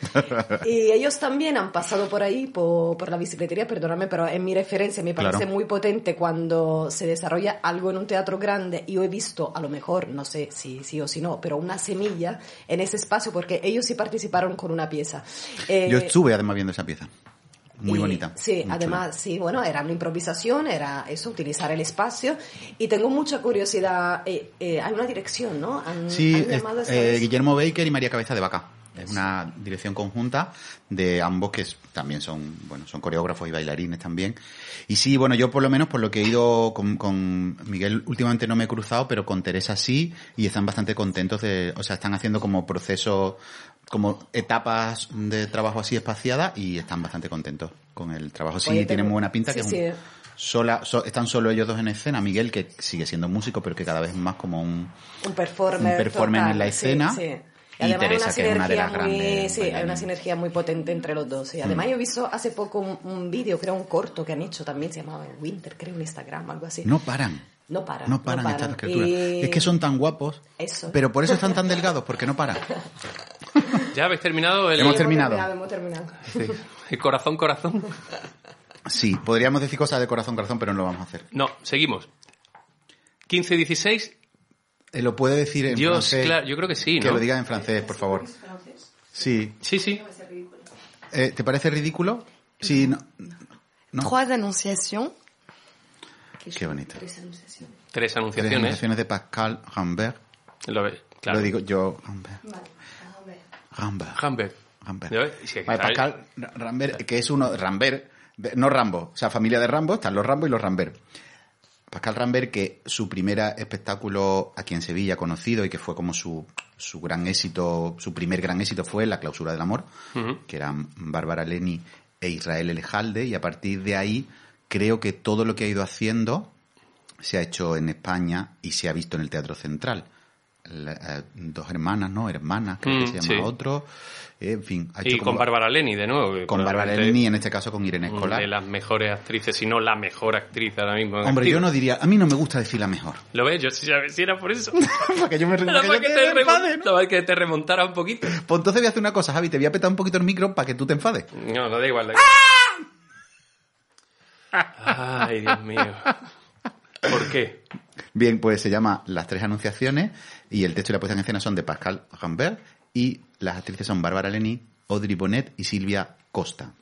Speaker 4: Y ellos también han pasado por ahí, por, por la bicicletería, perdóname, pero en mi referencia me parece
Speaker 3: Claro.
Speaker 4: muy potente cuando se desarrolla algo en un teatro grande. Yo he visto, a lo mejor, no sé si sí o si no, pero una semilla en ese espacio porque ellos sí participaron con una pieza. Eh,
Speaker 3: Yo estuve además viendo esa pieza. Muy
Speaker 4: y-
Speaker 3: bonita.
Speaker 4: Sí,
Speaker 3: muy chula.
Speaker 4: además, sí, bueno, era una improvisación, era eso, utilizar el espacio. Y tengo mucha curiosidad, eh, eh, hay una dirección, ¿no? Han-
Speaker 3: Sí,
Speaker 4: han
Speaker 3: es-
Speaker 4: llamado a esta
Speaker 3: eh,
Speaker 4: vez.
Speaker 3: Guillermo Baker y María Cabeza de Vaca. Es una dirección conjunta de ambos que es- también son, bueno, son coreógrafos y bailarines también. Y sí, bueno, yo por lo menos por lo que he ido con, con Miguel últimamente no me he cruzado, pero con Teresa sí y están bastante contentos de, o sea, están haciendo como procesos, como etapas de trabajo así espaciadas y están bastante contentos con el trabajo. Sí,
Speaker 4: Oye,
Speaker 3: tienen
Speaker 4: tengo-
Speaker 3: muy buena pinta
Speaker 4: sí,
Speaker 3: que es
Speaker 4: sí,
Speaker 3: un-
Speaker 4: eh.
Speaker 3: sola, so- están solo ellos dos en escena. Miguel que sigue siendo músico, pero que cada vez es más como un
Speaker 4: un performer,
Speaker 3: un performer
Speaker 4: total,
Speaker 3: en la
Speaker 4: sí,
Speaker 3: escena.
Speaker 4: sí.
Speaker 3: Y
Speaker 4: además hay
Speaker 3: Teresa, que es una de
Speaker 4: sinergia
Speaker 3: las
Speaker 4: muy-
Speaker 3: grandes Mm.
Speaker 4: sí, hay una
Speaker 3: bailarinas.
Speaker 4: sinergia muy potente entre los dos. Y además yo he visto hace poco un, un vídeo, creo un corto que han hecho también, se llamaba Winter, creo en Instagram, algo así.
Speaker 3: No paran.
Speaker 4: No paran.
Speaker 3: No paran estas criaturas.
Speaker 4: Y-
Speaker 3: Es que son tan guapos.
Speaker 4: Eso.
Speaker 3: Pero por eso están tan delgados, porque no paran.
Speaker 2: Ya habéis terminado el,
Speaker 3: Hemos
Speaker 4: Hemos
Speaker 3: terminado.
Speaker 4: terminado, hemos terminado.
Speaker 2: el corazón, corazón.
Speaker 3: Sí, podríamos decir cosas de corazón, corazón, pero no lo vamos a hacer.
Speaker 2: No, seguimos. 15-16,
Speaker 3: Eh, Lo puede decir en
Speaker 2: Dios,
Speaker 3: francés.
Speaker 2: claro, yo creo que sí,
Speaker 3: Que
Speaker 2: ¿no?
Speaker 3: lo diga en francés, por favor. Sí.
Speaker 2: Sí, sí.
Speaker 3: Eh, ¿Te parece ridículo? Sí, no. no.
Speaker 4: Trois annonciations.
Speaker 3: Qué bonito.
Speaker 2: Tres
Speaker 3: Tres
Speaker 2: anunciaciones.
Speaker 3: generaciones de Pascal Rambert.
Speaker 2: Lo ves, claro.
Speaker 3: Lo digo yo, Rambert. Rambert.
Speaker 2: Humbert.
Speaker 3: Rambert.
Speaker 2: Ya ves, sí,
Speaker 3: Vale,
Speaker 2: ¿sabes?
Speaker 3: Pascal Ra- Rambert, que es uno, Rambert, de- no Rambo, o sea, familia de Rambo, están los Rambo y los Rambert. Pascal Rambert, que su primer espectáculo aquí en Sevilla conocido y que fue como su, su gran éxito, su primer gran éxito fue La clausura del amor, que eran Bárbara Leni e Israel Elejalde, y a partir de ahí creo que todo lo que ha ido haciendo se ha hecho en España y se ha visto en el Teatro Central. la- eh, dos hermanas, ¿no? Hermanas, creo que
Speaker 9: Mm,
Speaker 3: se llama
Speaker 9: sí.
Speaker 3: otro. Eh, en fin, ha
Speaker 9: Y
Speaker 3: hecho
Speaker 9: con
Speaker 3: como-
Speaker 9: Bárbara Leni, de nuevo. que
Speaker 3: con Bárbara
Speaker 9: probablemente
Speaker 3: Leni, en este caso con Irene
Speaker 9: Una de
Speaker 3: Escolar.
Speaker 9: las mejores actrices, si no la mejor actriz ahora mismo. en
Speaker 3: Hombre, yo
Speaker 9: activo.
Speaker 3: no diría, a mí no me gusta decir la mejor.
Speaker 9: ¿Lo ves? Yo si, si era por eso.
Speaker 3: para que yo me
Speaker 9: Era
Speaker 3: para que
Speaker 9: para
Speaker 3: yo
Speaker 9: que
Speaker 3: te
Speaker 9: te,
Speaker 3: enfade,
Speaker 9: remon-
Speaker 3: ¿no?
Speaker 9: para que te remontara un poquito.
Speaker 3: Pues entonces voy a hacer una cosa, Javi, te voy a petar un poquito el micro para que tú te enfades.
Speaker 9: No, no da igual. da igual.
Speaker 3: ¡Ah!
Speaker 9: Ay, Dios mío. ¿Por qué?
Speaker 3: Bien, pues se llama Las tres anunciaciones y el texto y la puesta en escena son de Pascal Rambert y las actrices son Bárbara Leni, Audrey Bonet y Silvia Costa.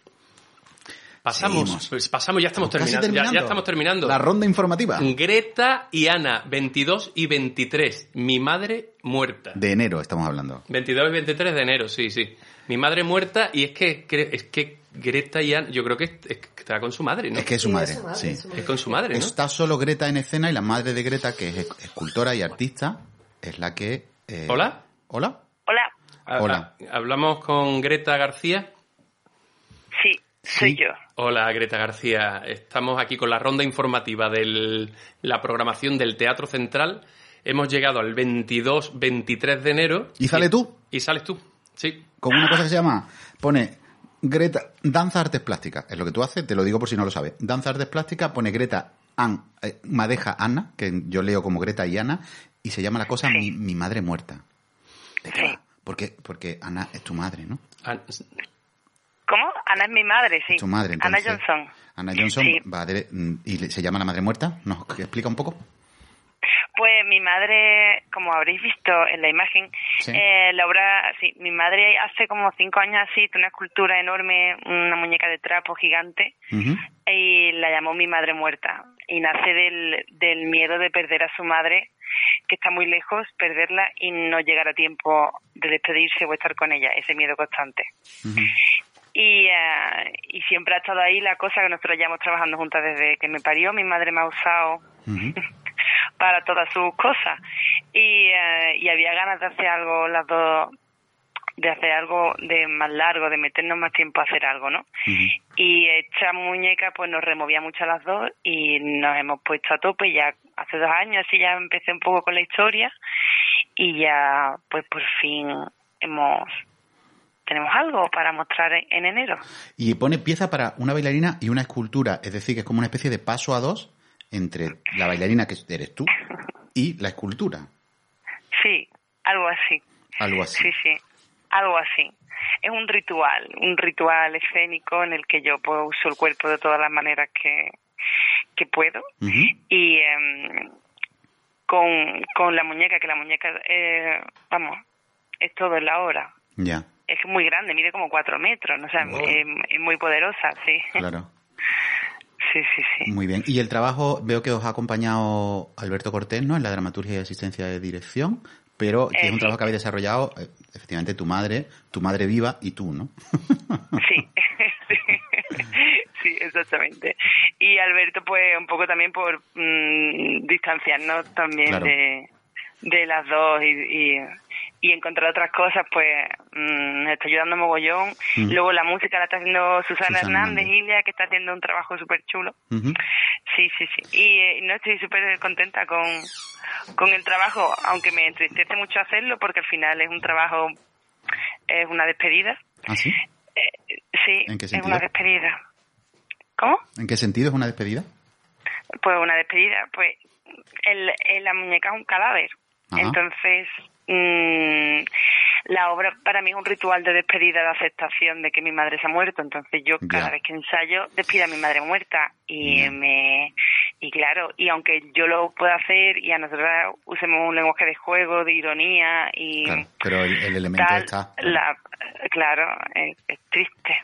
Speaker 9: Pasamos,
Speaker 3: Seguimos.
Speaker 9: pues pasamos, ya estamos
Speaker 3: Casi
Speaker 9: terminando. Ya, ya estamos terminando. Mm.
Speaker 3: La ronda informativa
Speaker 9: Greta y Ana, 22 y 23. Mi madre muerta.
Speaker 3: de enero estamos hablando.
Speaker 9: 22 y 23 de enero, sí, sí. Mi madre muerta y es que, cre- es que Greta y Ana, yo creo que, es- es que está con su madre, ¿no?
Speaker 3: Es que es su
Speaker 4: Sí,
Speaker 3: madre,
Speaker 4: su madre,
Speaker 3: sí.
Speaker 4: su
Speaker 9: Es con su madre, ¿no?
Speaker 3: Está solo Greta en escena y la madre de Greta, que es esc- escultora y artista, es la que... eh,
Speaker 9: ¿Hola?
Speaker 3: ¿Hola?
Speaker 7: Hola,
Speaker 9: Ha-
Speaker 3: Hola.
Speaker 9: ha- Hablamos con Greta García.
Speaker 7: sí, soy
Speaker 3: Sí.
Speaker 7: yo.
Speaker 9: Hola, Greta García. Estamos aquí con la ronda informativa de la programación del Teatro Central. Hemos llegado al 22-23 de enero.
Speaker 3: ¿Y sale tú?
Speaker 9: Y sales tú, sí.
Speaker 3: Con una cosa que se llama... Pone Greta... Danza Artes Plásticas. Es lo que tú haces, te lo digo por si no lo sabes. Danza Artes Plásticas, pone Greta An, eh, Madeja Ana, que yo leo como Greta y Ana, y se llama la cosa Mi, Mi Madre Muerta. ¿De qué va? Porque, porque Ana es tu madre, ¿no?
Speaker 9: Ah,
Speaker 7: ¿Cómo? Ana es mi madre, sí.
Speaker 3: Es tu madre,
Speaker 7: Ana
Speaker 3: entonces.
Speaker 7: Johnson.
Speaker 3: Ana Johnson,
Speaker 7: Sí.
Speaker 3: madre- mm, y le- se llama la Madre Muerta. ¿Nos explica un poco?
Speaker 7: Pues mi madre, como habréis visto en la imagen,
Speaker 3: Sí.
Speaker 7: eh, la obra, sí, mi madre hace como cinco años así, tiene una escultura enorme, una muñeca de trapo gigante,
Speaker 3: Ujú.
Speaker 7: y la llamó mi madre muerta. Y nace del, del miedo de perder a su madre, que está muy lejos, perderla y no llegar a tiempo de despedirse o estar con ella, ese miedo constante.
Speaker 3: Ujú.
Speaker 7: Y, eh, y siempre ha estado ahí la cosa que nosotros llevamos trabajando juntas desde que me parió, mi madre me ha usado
Speaker 3: Ujú.
Speaker 7: para todas sus cosas y, eh, y había ganas de hacer algo las dos de hacer algo de más largo de meternos más tiempo a hacer algo no
Speaker 3: Ujú.
Speaker 7: y esta muñeca pues nos removía mucho a las dos y nos hemos puesto a tope ya hace dos años así ya empecé un poco con la historia y ya pues por fin hemos tenemos algo para mostrar en- en enero
Speaker 3: Y pone pieza para una bailarina y una escultura, es decir, que es como una especie de paso a dos entre la bailarina que eres tú y la escultura,
Speaker 7: sí algo así
Speaker 3: algo así.
Speaker 7: Sí, sí, algo así. Es un ritual, un ritual escénico en el que yo pues, uso el cuerpo de todas las maneras que, que puedo.
Speaker 3: Ujú.
Speaker 7: Y em, con, con la muñeca, que la muñeca, eh, vamos, es todo en la obra.
Speaker 3: Ya,
Speaker 7: Es que es muy grande, mide como cuatro metros, ¿no? o sea,
Speaker 9: Wow.
Speaker 7: es, es muy poderosa, sí.
Speaker 3: claro.
Speaker 7: Sí, sí, sí.
Speaker 3: Muy bien. Y el trabajo, veo que os ha acompañado Alberto Cortés, ¿no? En la dramaturgia y asistencia de dirección, pero que es
Speaker 7: Eh,
Speaker 3: un
Speaker 7: sí.
Speaker 3: trabajo que habéis desarrollado, eh, efectivamente, tu madre, tu madre viva y tú, ¿no?
Speaker 7: Sí. sí, exactamente. Y Alberto, pues un poco también por mm, distanciarnos también
Speaker 3: Claro.
Speaker 7: de, de las dos y, y, y encontrar otras cosas, pues mm, nos está ayudando mogollón.
Speaker 3: Mm.
Speaker 7: Luego la música la está haciendo
Speaker 3: Susana
Speaker 7: Susana, Hernández,
Speaker 3: Hernández.
Speaker 7: Ilia, que está haciendo un trabajo súper chulo.
Speaker 3: Ujú.
Speaker 7: Sí, sí, sí. Y eh, no estoy súper contenta con, con el trabajo, aunque me entristece mucho hacerlo porque al final es un trabajo, es una despedida.
Speaker 3: ¿Ah, sí?
Speaker 7: Sí,
Speaker 3: ¿En qué
Speaker 7: es
Speaker 3: sentido?
Speaker 7: una despedida. ¿Cómo?
Speaker 3: ¿En qué sentido es una despedida?
Speaker 7: Pues una despedida. Pues el, el- la muñeca es un cadáver.
Speaker 3: Ajá.
Speaker 7: Entonces, mm, la obra para mí es un ritual de despedida, de aceptación de que mi madre se ha muerto. Entonces yo cada
Speaker 3: Ya.
Speaker 7: vez que ensayo despido a mi madre muerta y
Speaker 3: Ya.
Speaker 7: me y claro y aunque yo lo pueda hacer y a nosotras usemos un lenguaje de juego, de ironía y
Speaker 3: Claro, pero el, el elemento
Speaker 7: tal,
Speaker 3: está.
Speaker 7: la- claro es- es triste.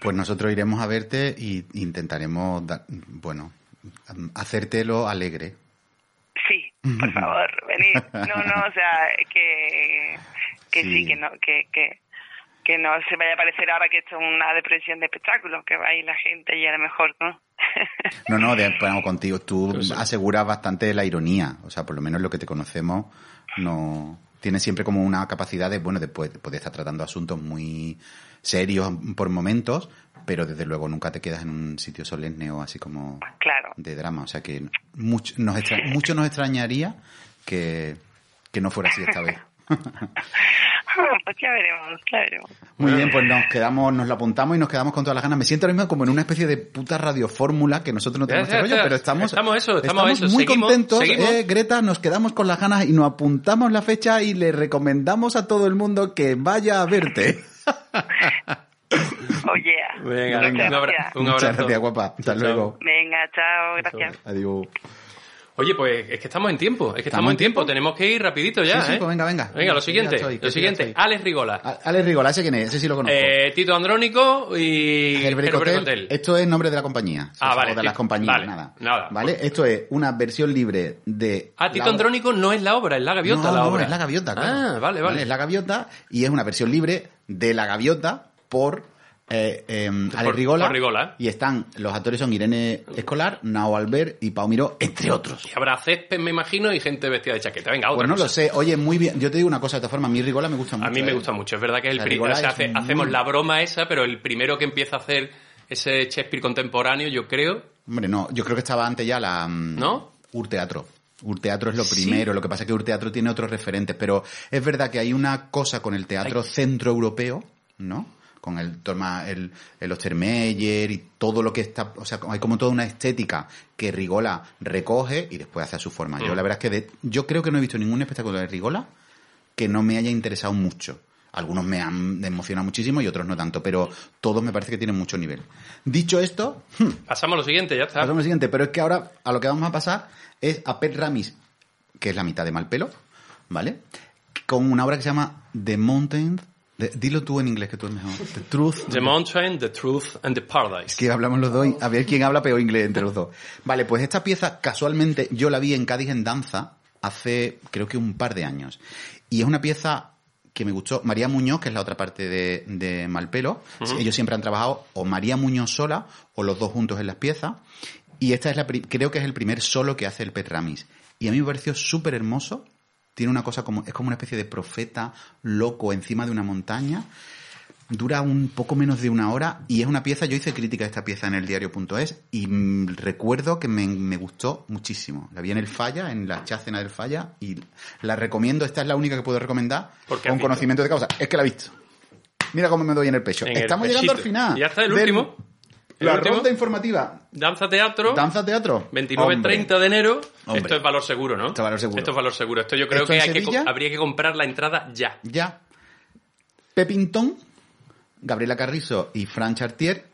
Speaker 3: Pues nosotros iremos a verte y intentaremos, dar- bueno, hacértelo alegre.
Speaker 7: Sí, por favor, venid. No, no, o sea, que, que sí,
Speaker 3: Sí.
Speaker 7: que no, que, que, que no se vaya a parecer ahora que esto es una depresión de espectáculo, que va a ir la gente y a lo mejor, ¿no?
Speaker 3: No, no, de, bueno, contigo tú
Speaker 9: Pues sí.
Speaker 3: aseguras bastante la ironía, o sea, por lo menos lo que te conocemos no tienes siempre como una capacidad de, bueno, de po- poder estar tratando asuntos muy serios por momentos, pero desde luego nunca te quedas en un sitio solemne o así como
Speaker 7: claro,
Speaker 3: de drama, o sea que mucho nos, extra- mucho nos extrañaría que, que no fuera así esta vez.
Speaker 7: pues ya veremos, ya veremos.
Speaker 3: Muy bien, pues nos quedamos, nos la apuntamos y nos quedamos con todas las ganas. Me siento ahora mismo como en una especie de puta radiofórmula que nosotros no tenemos
Speaker 2: Ya, ya,
Speaker 3: desarrollo,
Speaker 2: ya.
Speaker 3: pero estamos,
Speaker 2: Estamos eso, estamos eso.
Speaker 3: muy
Speaker 2: Seguimos,
Speaker 3: contentos.
Speaker 2: seguimos.
Speaker 3: Eh, Greta, nos quedamos con las ganas y nos apuntamos la fecha y le recomendamos a todo el mundo que vaya a verte.
Speaker 7: Oye.
Speaker 2: Venga,
Speaker 7: Venga.
Speaker 2: un abrazo. Un
Speaker 3: Muchas
Speaker 2: abrazo.
Speaker 3: gracias, guapa. Hasta
Speaker 2: Chao, chao.
Speaker 3: luego.
Speaker 7: Venga, chao, gracias.
Speaker 3: Adiós.
Speaker 2: Oye, pues es que estamos en tiempo, es que estamos
Speaker 3: ¿Estamos en
Speaker 2: en tiempo, tenemos que ir rapidito ya,
Speaker 3: Sí, sí,
Speaker 2: ¿eh?
Speaker 3: pues venga, venga.
Speaker 2: Venga,
Speaker 3: Ya
Speaker 2: lo siguiente,
Speaker 3: estoy, que
Speaker 2: lo
Speaker 3: sí, ya
Speaker 2: siguiente,
Speaker 3: estoy. Ah,
Speaker 2: Alex Rigola,
Speaker 3: A- Alex Rigola, ese quién es, ese sí lo conozco.
Speaker 2: eh, Tito Andrónico y
Speaker 3: El Eh,
Speaker 2: Herbert
Speaker 3: Brecotel,
Speaker 2: Hotel.
Speaker 3: Esto es nombre de la compañía.
Speaker 2: Ah,
Speaker 3: o sea,
Speaker 2: vale,
Speaker 3: o de las
Speaker 2: sí.
Speaker 3: compañías,
Speaker 2: Vale,
Speaker 3: nada.
Speaker 2: nada.
Speaker 3: ¿Vale? Esto es una versión libre de.
Speaker 2: Ah, Tito
Speaker 3: la-
Speaker 2: Andrónico no es la obra, es la gaviota
Speaker 3: No,
Speaker 2: la
Speaker 3: no,
Speaker 2: obra.
Speaker 3: es la gaviota, claro.
Speaker 2: Ah, vale, vale.
Speaker 3: Es la gaviota y es una versión libre de la gaviota por eh, eh, Ale
Speaker 2: por
Speaker 3: Rigola.
Speaker 2: Rigola.
Speaker 3: Y están, los actores son Irene Escolar, Nao Albert y Pau Miró, entre otros.
Speaker 2: Y habrá césped, me imagino, y gente vestida de chaqueta. Venga, otra
Speaker 3: Pues no
Speaker 2: cosa.
Speaker 3: lo sé. Oye, muy bien. Yo te digo una cosa, de todas formas, a mí Rigola me gusta mucho.
Speaker 2: A mí me
Speaker 3: ¿eh?
Speaker 2: gusta mucho, es verdad que es el
Speaker 3: La
Speaker 2: pri-
Speaker 3: Rigola
Speaker 2: o sea,
Speaker 3: es
Speaker 2: hace-
Speaker 3: muy-
Speaker 2: hacemos la broma esa, pero el primero que empieza a hacer ese Shakespeare contemporáneo, yo creo,
Speaker 3: Hombre, no. Yo creo que estaba antes ya la... mm,
Speaker 2: ¿No?
Speaker 3: Urteatro. Urteatro es lo
Speaker 2: Sí.
Speaker 3: primero. Lo que pasa es que Urteatro tiene otros referentes. Pero es verdad que hay una cosa con el teatro centroeuropeo, ¿no? Con el, toma- el, el Ostermeyer y todo lo que está... O sea, hay como toda una estética que Rigola recoge y después hace a su forma.
Speaker 2: Mm.
Speaker 3: Yo la verdad es que de- yo creo que no he visto ningún espectáculo de Rigola que no me haya interesado mucho. Algunos me han emocionado muchísimo y otros no tanto, pero todos me parece que tienen mucho nivel. Dicho esto,
Speaker 2: pasamos a lo siguiente, ya está.
Speaker 3: Pasamos al siguiente, pero es que ahora a lo que vamos a pasar es a Pet Ramis, que es la mitad de Malpelo, ¿vale? Con una obra que se llama The Mountain. de- dilo tú en inglés que tú es mejor. The Truth.
Speaker 2: The Mountain, The Truth and the Paradise.
Speaker 3: Que hablamos los dos, y a ver quién habla peor inglés entre los dos. Vale, pues esta pieza casualmente yo la vi en Cádiz en danza hace creo que un par de años. Y es una pieza que me gustó. María Muñoz, que es la otra parte de, de Malpelo, ellos siempre han trabajado o María Muñoz sola o los dos juntos en las piezas. Y esta es la pri- creo que es el primer solo que hace el Pet Ramis. Y a mí me pareció súper hermoso. Tiene una cosa como, es como una especie de profeta loco encima de una montaña dura un poco menos de una hora y es una pieza, yo hice crítica de esta pieza en el diario.es y mm, recuerdo que me, me gustó muchísimo. La vi en el Falla, en la chácena del Falla y la recomiendo, esta es la única que puedo recomendar
Speaker 2: ¿Por qué has
Speaker 3: con
Speaker 2: visto?
Speaker 3: conocimiento de causa. Es que la he visto. Mira cómo me doy en el pecho.
Speaker 2: En el
Speaker 3: Estamos llegando al
Speaker 2: pechito.
Speaker 3: final.
Speaker 2: Ya está el
Speaker 3: del-
Speaker 2: último. El
Speaker 3: La
Speaker 2: último.
Speaker 3: ronda informativa.
Speaker 2: Danza Teatro,
Speaker 3: Danza teatro.
Speaker 2: 29-30 de enero.
Speaker 3: Hombre.
Speaker 2: Esto es valor seguro, ¿no?
Speaker 3: Esto es valor seguro.
Speaker 2: Esto es valor seguro. Esto yo creo
Speaker 3: Esto
Speaker 2: que,
Speaker 3: en
Speaker 2: hay que co-
Speaker 3: Sevilla.
Speaker 2: habría que comprar la entrada ya.
Speaker 3: Ya. Pepintón, Gabriela Carrizo y Fran Chartier,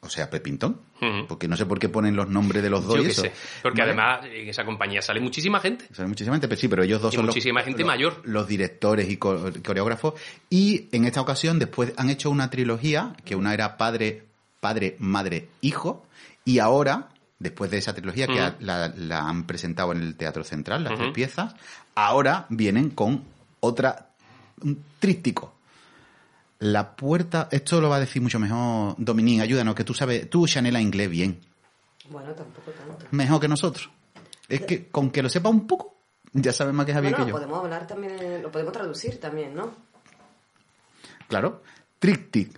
Speaker 3: o sea, Pepintón,
Speaker 2: Ujú.
Speaker 3: porque no sé por qué ponen los nombres de los dos
Speaker 2: Yo
Speaker 3: y
Speaker 2: qué
Speaker 3: eso.
Speaker 2: sé. Porque
Speaker 3: Vale.
Speaker 2: además en esa compañía sale muchísima gente.
Speaker 3: Sale muchísima gente, pero sí, pero ellos dos
Speaker 2: Y
Speaker 3: son los-
Speaker 2: muchísima gente
Speaker 3: los-
Speaker 2: mayor.
Speaker 3: los directores y co- coreógrafos. Y en esta ocasión, después han hecho una trilogía, que una era padre, padre, madre, hijo, y ahora, después de esa trilogía, que
Speaker 2: Ujú.
Speaker 3: la, la han presentado en el Teatro Central, las tres
Speaker 2: Ujú.
Speaker 3: piezas, ahora vienen con otra, un tríptico. La puerta, esto lo va a decir mucho mejor Dominique, ayúdanos, que tú sabes, tú Chanela inglés bien
Speaker 4: Bueno, tampoco tanto.
Speaker 3: mejor que nosotros. Es que con que lo sepa un poco, ya sabe más que Javier
Speaker 4: Bueno,
Speaker 3: que yo.
Speaker 4: podemos hablar también, lo podemos traducir también, ¿no?
Speaker 3: Claro. Trictic.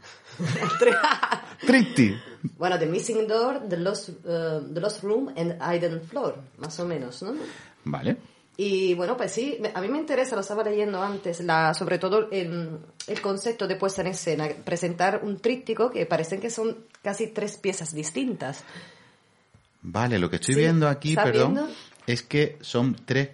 Speaker 3: Trictic.
Speaker 4: Bueno, The Missing Door, The Lost, eh, the lost Room and Idle Floor, más o menos, ¿no?
Speaker 3: Vale.
Speaker 4: Y bueno, pues sí, me- a mí me interesa, lo estaba leyendo antes, la, sobre todo el, el concepto de puesta en escena, presentar un tríptico que parecen que son casi tres piezas distintas.
Speaker 3: Vale, lo que estoy
Speaker 4: Sí,
Speaker 3: viendo aquí,
Speaker 4: ¿estás
Speaker 3: perdón,
Speaker 4: viendo?
Speaker 3: es que son tres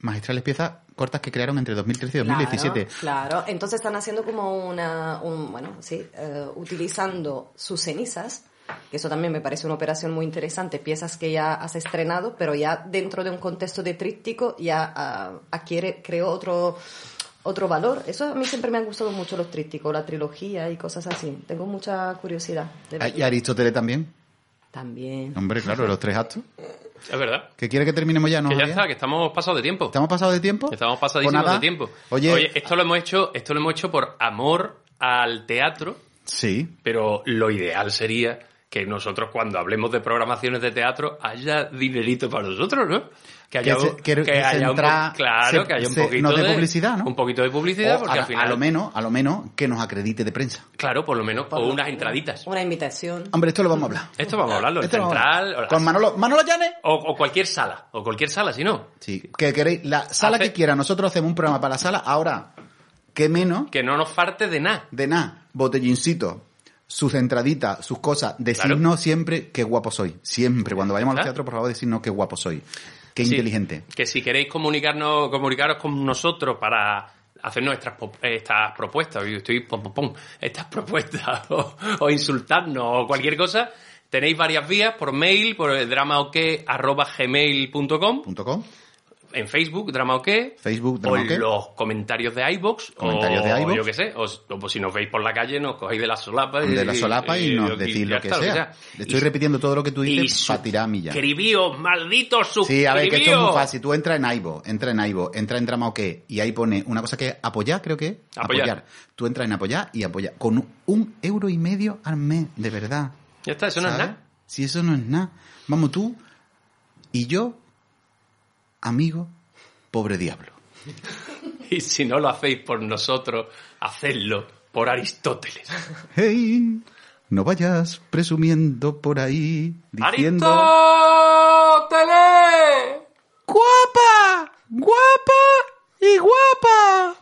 Speaker 3: magistrales piezas cortas que crearon entre 2013 y 2017.
Speaker 4: Claro, claro. entonces están haciendo como una, un- bueno, sí, eh, utilizando sus cenizas, que eso también me parece una operación muy interesante, piezas que ya has estrenado, pero ya dentro de un contexto de tríptico ya ah, adquiere, creo, otro otro valor. Eso a mí siempre me han gustado mucho los trípticos, la trilogía y cosas así. Tengo mucha curiosidad. de
Speaker 3: Ah, Y
Speaker 4: verlo.
Speaker 3: Aristóteles también.
Speaker 4: También.
Speaker 3: Hombre, claro, los tres actos.
Speaker 2: Es verdad.
Speaker 3: ¿Qué quiere que terminemos ya? ¿No,
Speaker 2: Que ya
Speaker 3: Javier?
Speaker 2: está, que estamos pasados de tiempo.
Speaker 3: ¿Estamos pasados de tiempo?
Speaker 2: Estamos
Speaker 3: Pues
Speaker 2: pasadísimos
Speaker 3: nada,
Speaker 2: de tiempo. eh.
Speaker 3: Oye,
Speaker 2: esto lo hemos hecho, esto lo hemos hecho por amor al teatro,
Speaker 3: sí,
Speaker 2: pero lo ideal sería que nosotros cuando hablemos de programaciones de teatro haya dinerito para nosotros, ¿no? Que
Speaker 3: Que
Speaker 2: haya,
Speaker 3: se-
Speaker 2: un-
Speaker 3: que-
Speaker 2: que
Speaker 3: que se
Speaker 2: haya un, po-
Speaker 3: entra-
Speaker 2: claro,
Speaker 3: se-
Speaker 2: que haya un
Speaker 3: se-
Speaker 2: poquito
Speaker 3: nos dé
Speaker 2: de,
Speaker 3: publicidad, ¿no?
Speaker 2: Un poquito de publicidad,
Speaker 3: O
Speaker 2: porque
Speaker 3: a,
Speaker 2: al final,
Speaker 3: a lo menos, a lo menos que nos acredite de prensa.
Speaker 2: claro, por lo menos, o unas entraditas.
Speaker 4: Una invitación.
Speaker 3: Hombre, esto lo vamos a hablar.
Speaker 2: Esto vamos a hablarlo, el
Speaker 3: Esto lo vamos a hablar.
Speaker 2: central, o, la-
Speaker 3: Con Manolo, Manolo Llanes.
Speaker 2: o- o cualquier sala, o cualquier sala, si no.
Speaker 3: Sí, que queréis, la sala
Speaker 2: Hace-
Speaker 3: que quiera, nosotros hacemos un programa para la sala. Ahora, ¿qué menos?
Speaker 2: Que no nos falte de nada.
Speaker 3: De nada, botellincito, sus entraditas, sus cosas.
Speaker 2: Claro.
Speaker 3: Decidnos siempre qué guapo soy. Siempre, cuando vayamos al
Speaker 2: ¿Ah?
Speaker 3: teatro, por favor, decidnos qué guapo soy. Qué
Speaker 2: Sí,
Speaker 3: inteligente.
Speaker 2: Que si queréis comunicarnos, comunicaros con nosotros para hacer nuestras po- eh, estas propuestas, yo estoy pom, pom, pom, estas propuestas o, o insultarnos o cualquier cosa, tenéis varias vías por mail, por el dramaok@gmail.com,
Speaker 3: Punto com,
Speaker 2: en Facebook dramaok,
Speaker 3: Facebook,
Speaker 2: o
Speaker 3: Drama OK.
Speaker 2: en los comentarios de iBox,
Speaker 3: Comentarios
Speaker 2: o
Speaker 3: de iVoox.
Speaker 2: yo qué sé, o, s- o pues si nos veis por la calle nos cogéis de la solapa, y-
Speaker 3: de la solapa y,
Speaker 2: y-
Speaker 3: nos
Speaker 2: y-
Speaker 3: decís
Speaker 2: eh, ya
Speaker 3: lo que
Speaker 2: está,
Speaker 3: sea.
Speaker 2: Y-
Speaker 3: Estoy repitiendo todo lo que tú
Speaker 2: y
Speaker 3: dices para tirar millas.
Speaker 2: Suscribíos, malditos, suscribíos.
Speaker 3: Sí, a ver, que esto es muy fácil. Tú entra en Aibo, entra en Aibo, entra en Drama OK y ahí pone una cosa que es apoyar, creo que es.
Speaker 2: Apoyar.
Speaker 3: Tú entras en apoyar y apoyar. Con un euro y medio al mes, de verdad.
Speaker 2: Ya está, eso no es
Speaker 3: ¿sabes?
Speaker 2: nada.
Speaker 3: Si eso no es nada. Vamos tú y yo, amigo, pobre diablo.
Speaker 2: Y si no lo hacéis por nosotros, hacedlo por Aristóteles.
Speaker 3: Hey, no vayas presumiendo por ahí diciendo...
Speaker 2: ¡Aristóteles!
Speaker 3: ¡Guapa! ¡Guapa! ¡Y guapa!